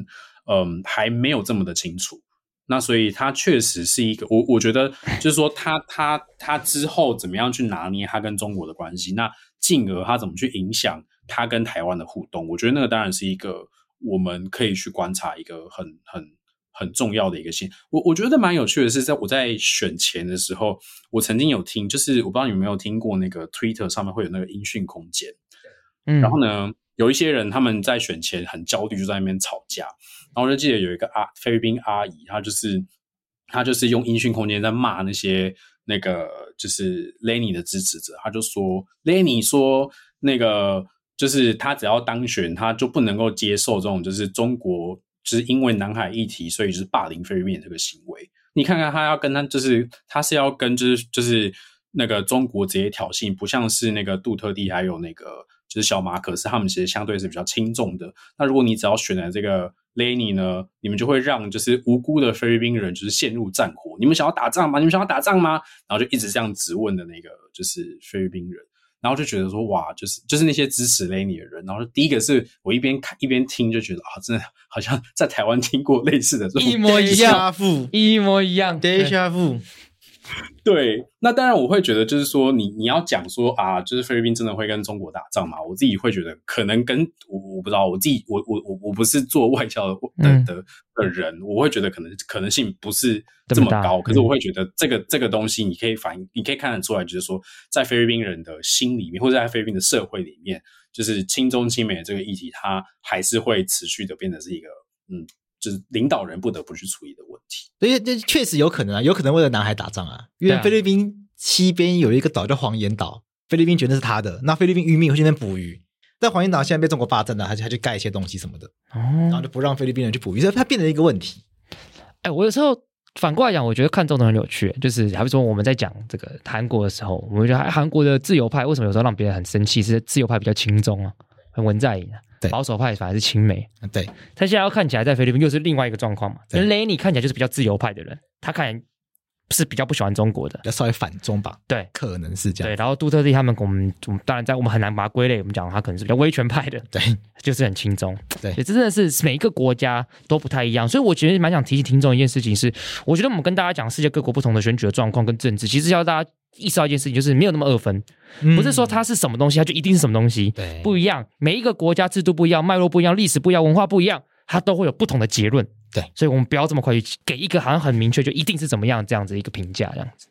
嗯，还没有这么的清楚。那所以它确实是一个，我我觉得就是说它，它它之后怎么样去拿捏它跟中国的关系，那进而它怎么去影响它跟台湾的互动，我觉得那个当然是一个我们可以去观察一个很很很重要的一个线。我我觉得蛮有趣的是，在我在选前的时候，我曾经有听，就是我不知道你有没有听过那个 Twitter 上面会有那个音讯空间。
嗯，
然后呢，有一些人他们在选前很焦虑，就在那边吵架。然后我就记得有一个阿菲律宾阿姨，她就是她就是用音讯空间在骂那些那个就是 Lenny 的支持者，她就说 Lenny 说那个就是他只要当选，他就不能够接受这种就是中国就是因为南海议题，所以就是霸凌菲律宾的这个行为。你看看他要跟他就是他是要跟就是就是那个中国直接挑衅，不像是那个杜特地还有那个就是小马可是他们其实相对是比较轻重的。那如果你只要选了这个 Lenny 呢，你们就会让就是无辜的菲律宾人就是陷入战火。你们想要打仗吗？你们想要打仗吗？然后就一直这样质问的那个就是菲律宾人。然后就觉得说哇，就是就是那些支持 Lenny 的人，然后第一个是我一边看一边听就觉得啊，真的好像在台湾听过类似的这种
一模一样，
父
一模一样，对哦
，deja vu，
对，那当然我会觉得就是说你，你要讲说啊，就是菲律宾真的会跟中国打仗嘛？我自己会觉得可能跟我我不知道，我自己我我我我不是做外交的
嗯
的的的人，我会觉得可能可能性不是
这
这
么
么
大
高，可是
嗯
我会觉得这个这个东西你可以反映，你可以看得出来，就是说在菲律宾人的心里面，或者在菲律宾的社会里面，就是亲中亲美的这个议题，它还是会持续的变得是一个嗯，就是领导人不得不去处理的问题。
所以这确实有可能啊，有可能为了南海打仗啊，因
对
为
啊
菲律宾西边有一个岛叫黄岩岛，菲律宾觉得是他的，那菲律宾渔民会去那边捕鱼。但黄岩岛现在被中国霸占了，他就他去盖一些东西什么的，然后
哦，
就不让菲律宾人去捕鱼，所以它变成一个问题。
哎，我有时候反过来讲，我觉得看这种东西很有趣，就是好比说我们在讲这个韩国的时候，我们觉得哎韩国的自由派为什么有时候让别人很生气？是自由派比较轻松啊，很文在寅啊
对，
保守派反而是亲美。
嗯对，
他现在要看起来在菲律宾又是另外一个状况嘛。
对
人雷尼看起来就是比较自由派的人，他看起来是比较不喜欢中国的，
要稍微反中吧，
对
可能是这
对。
样。
然后杜特地他们，我们我们当然在我们很难把它归类，我们讲他可能是比较威权派的，
对，
就是很轻松。
对
也真的是每一个国家都不太一样，所以我觉得蛮想提醒听众一件事情是，我觉得我们跟大家讲世界各国不同的选举的状况跟政治，其实要大家意识到一件事情，就是没有那么二分，
嗯
不是说它是什么东西，它就一定是什么东西，
对
不一样。每一个国家制度不一样，脉络不一样，历史不一样，文化不一样，它都会有不同的结论。
对
所以我们不要这么快去给一个好像很明确就一定是怎么样这样子一个评价，这样 子。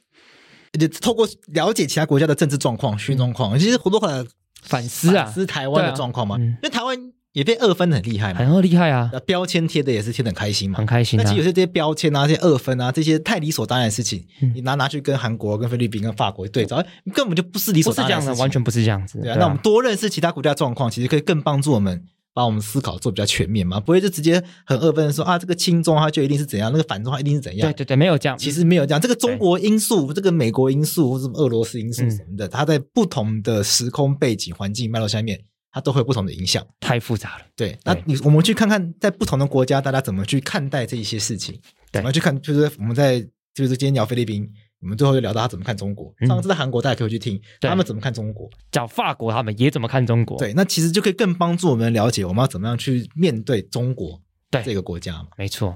就透过了解其他国家的政治状况、虚状况，其实很多后来
反思嗯啊
反思台湾的状况嘛，
对啊嗯
因为台湾也被二分得很厉害嘛，
很厉害啊，
那标签贴的也是贴的很开心嘛
很。开心
那其
啊
实有。些这些标签啊、这些二分啊、这些太理所当然的事情，
嗯
你拿拿去跟韩国、跟菲律宾、跟法国对照，哎根本就不是理
不
所
是
当
这
然
样
的
的，
事情
完全不是这样子。
对啊，那我们多认识其他国家的状况，其实可以更帮助我们把我们思考做比较全面嘛，不会就直接很二分的说啊，这个亲中它就一定是怎样，那个反中它一定是怎样
对。对对，没有这样。
其实没
嗯
有这样，这个中国因素、这个美国因素或者什么俄罗斯因
嗯
素什么的，它在不同的时空背景、环境脉络下面，它都会有不同的影响。
太复杂了。
对，那你我们去看看，在不同的国家，大家怎么去看待这一些事情，
对
怎么去看，就是我们在就是今天聊菲律宾，我们最后就聊到他怎么看中国。
嗯
上次在韩国，大家可以去听
对
他们怎么看中国。
讲法国他们也怎么看中国？
对，那其实就可以更帮助我们了解我们要怎么样去面对中国
对
这个国家嘛，
没错。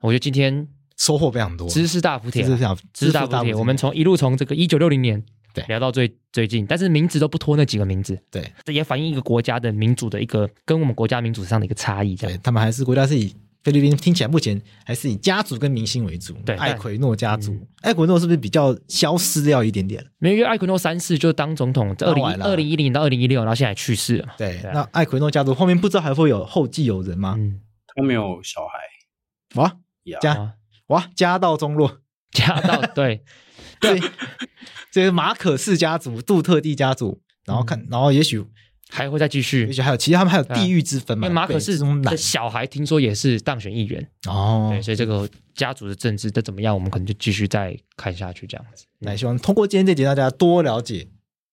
我觉得今天
收获非常多。
知识大补帖啊，
知识大
知识大补帖，我们从一路从这个一九六零年
对
聊到最最近，但是名字都不脱那几个名字，
对
这也反映一个国家的民主的一个跟我们国家民主上的一个差异，这
对
样。
他们还是国家是以菲律宾听起来目前还是以家族跟明星为主，
对嗯
艾
但
奎诺家族，艾奎诺是不是比较消失掉一点点？
没有因为艾奎诺三世就当总统，这二
当
零
晚了
二零一零到二零一六，然后现在去世了嘛。
对，
对啊
那艾奎诺家族后面不知道还会有后继有人吗？
嗯，
他没有小孩
哇
呀
这样
啊，
哇，家道中 落，
加到对，
对，这个马可氏家族、杜特地家族，然后
嗯
看，然后也许
还会再继 续
也。许还有，其实他们还有
对啊
地域之分
因
嘛，
为马可
对
是
这种
的
奶
小孩，听说也是当选议员，
哦
对，，所以这个家族的政治的怎么样，我们可能就继续再看下去这样子。
那也希望通过今天这集，大家多了解。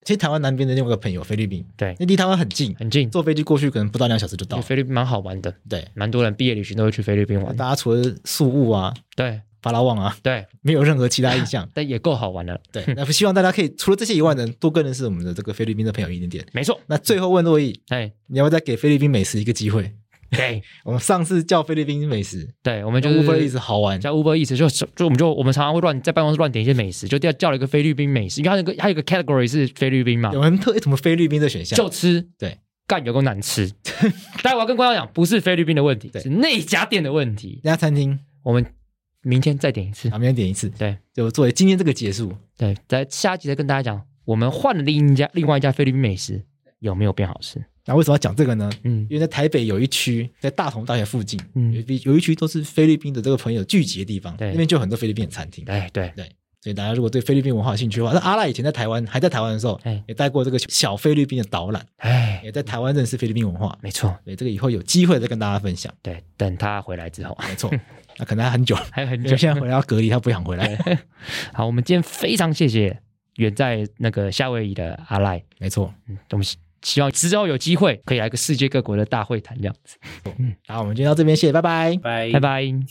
其实台湾南边的另外一个朋友菲律宾，
对
那离台湾很近，
很近，
坐飞机过去可能不到两小时就到了。
菲律宾蛮好玩的，
对，
蛮多人毕业旅行都会去菲律宾玩。
大家除了宿务啊、
对
巴拉望啊，
对，。
没有任何其他印象
但也够好玩了。
对，那希望大家可以除了这些以外呢，多更认识我们的这个菲律宾的朋友一点点。
没错，
那最后问洛伊，
哎，
你要不要再给菲律宾美食一个机会？
对
我们上次叫菲律宾美食，
对，我们就
跟乌龟一
是
直好玩，
叫 Uber Eats，就就我们就我们常常会乱在办公室乱点一些美食，就叫叫了一个菲律宾美食，因为它有个它有个 category 是菲律宾嘛
有，人特诶怎么菲律宾的选项？
就吃
对。
干有够难吃， 但我要跟观众讲，不是菲律宾的问题，
对
是那家店的问题。
那家餐厅，
我们明天再点一次
咱，们先点一次，
对
就作为今天这个结束。
对，在下一集再跟大家讲，我们换了另一家另外一家菲律宾美食有没有变好吃？
那为什么要讲这个呢？
嗯，
因为在台北有一区，在大同大学附近，
嗯
有一有一区都是菲律宾的这个朋友聚集的地方，
对
那边就有很多菲律宾的餐厅。
对哎对，
所以大家如果对菲律宾文化有兴趣的话，那阿拉以前在台湾还在台湾的时候
哎，
也带过这个小菲律宾的导览，
哎，
也在台湾认识菲律宾文化。
没错，
对，这个以后有机会再跟大家分享。
对，等他回来之后
没错，那可能还很久，
还有很
因
久
为。现在回来要隔离，他不想回来。
好，我们今天非常谢谢远在那个夏威夷的阿赖，
没错，
嗯，我们希希望之后有机会可以来个世界各国的大会谈这样子，
好，我们今天到这边，谢谢，拜拜。
拜
拜拜。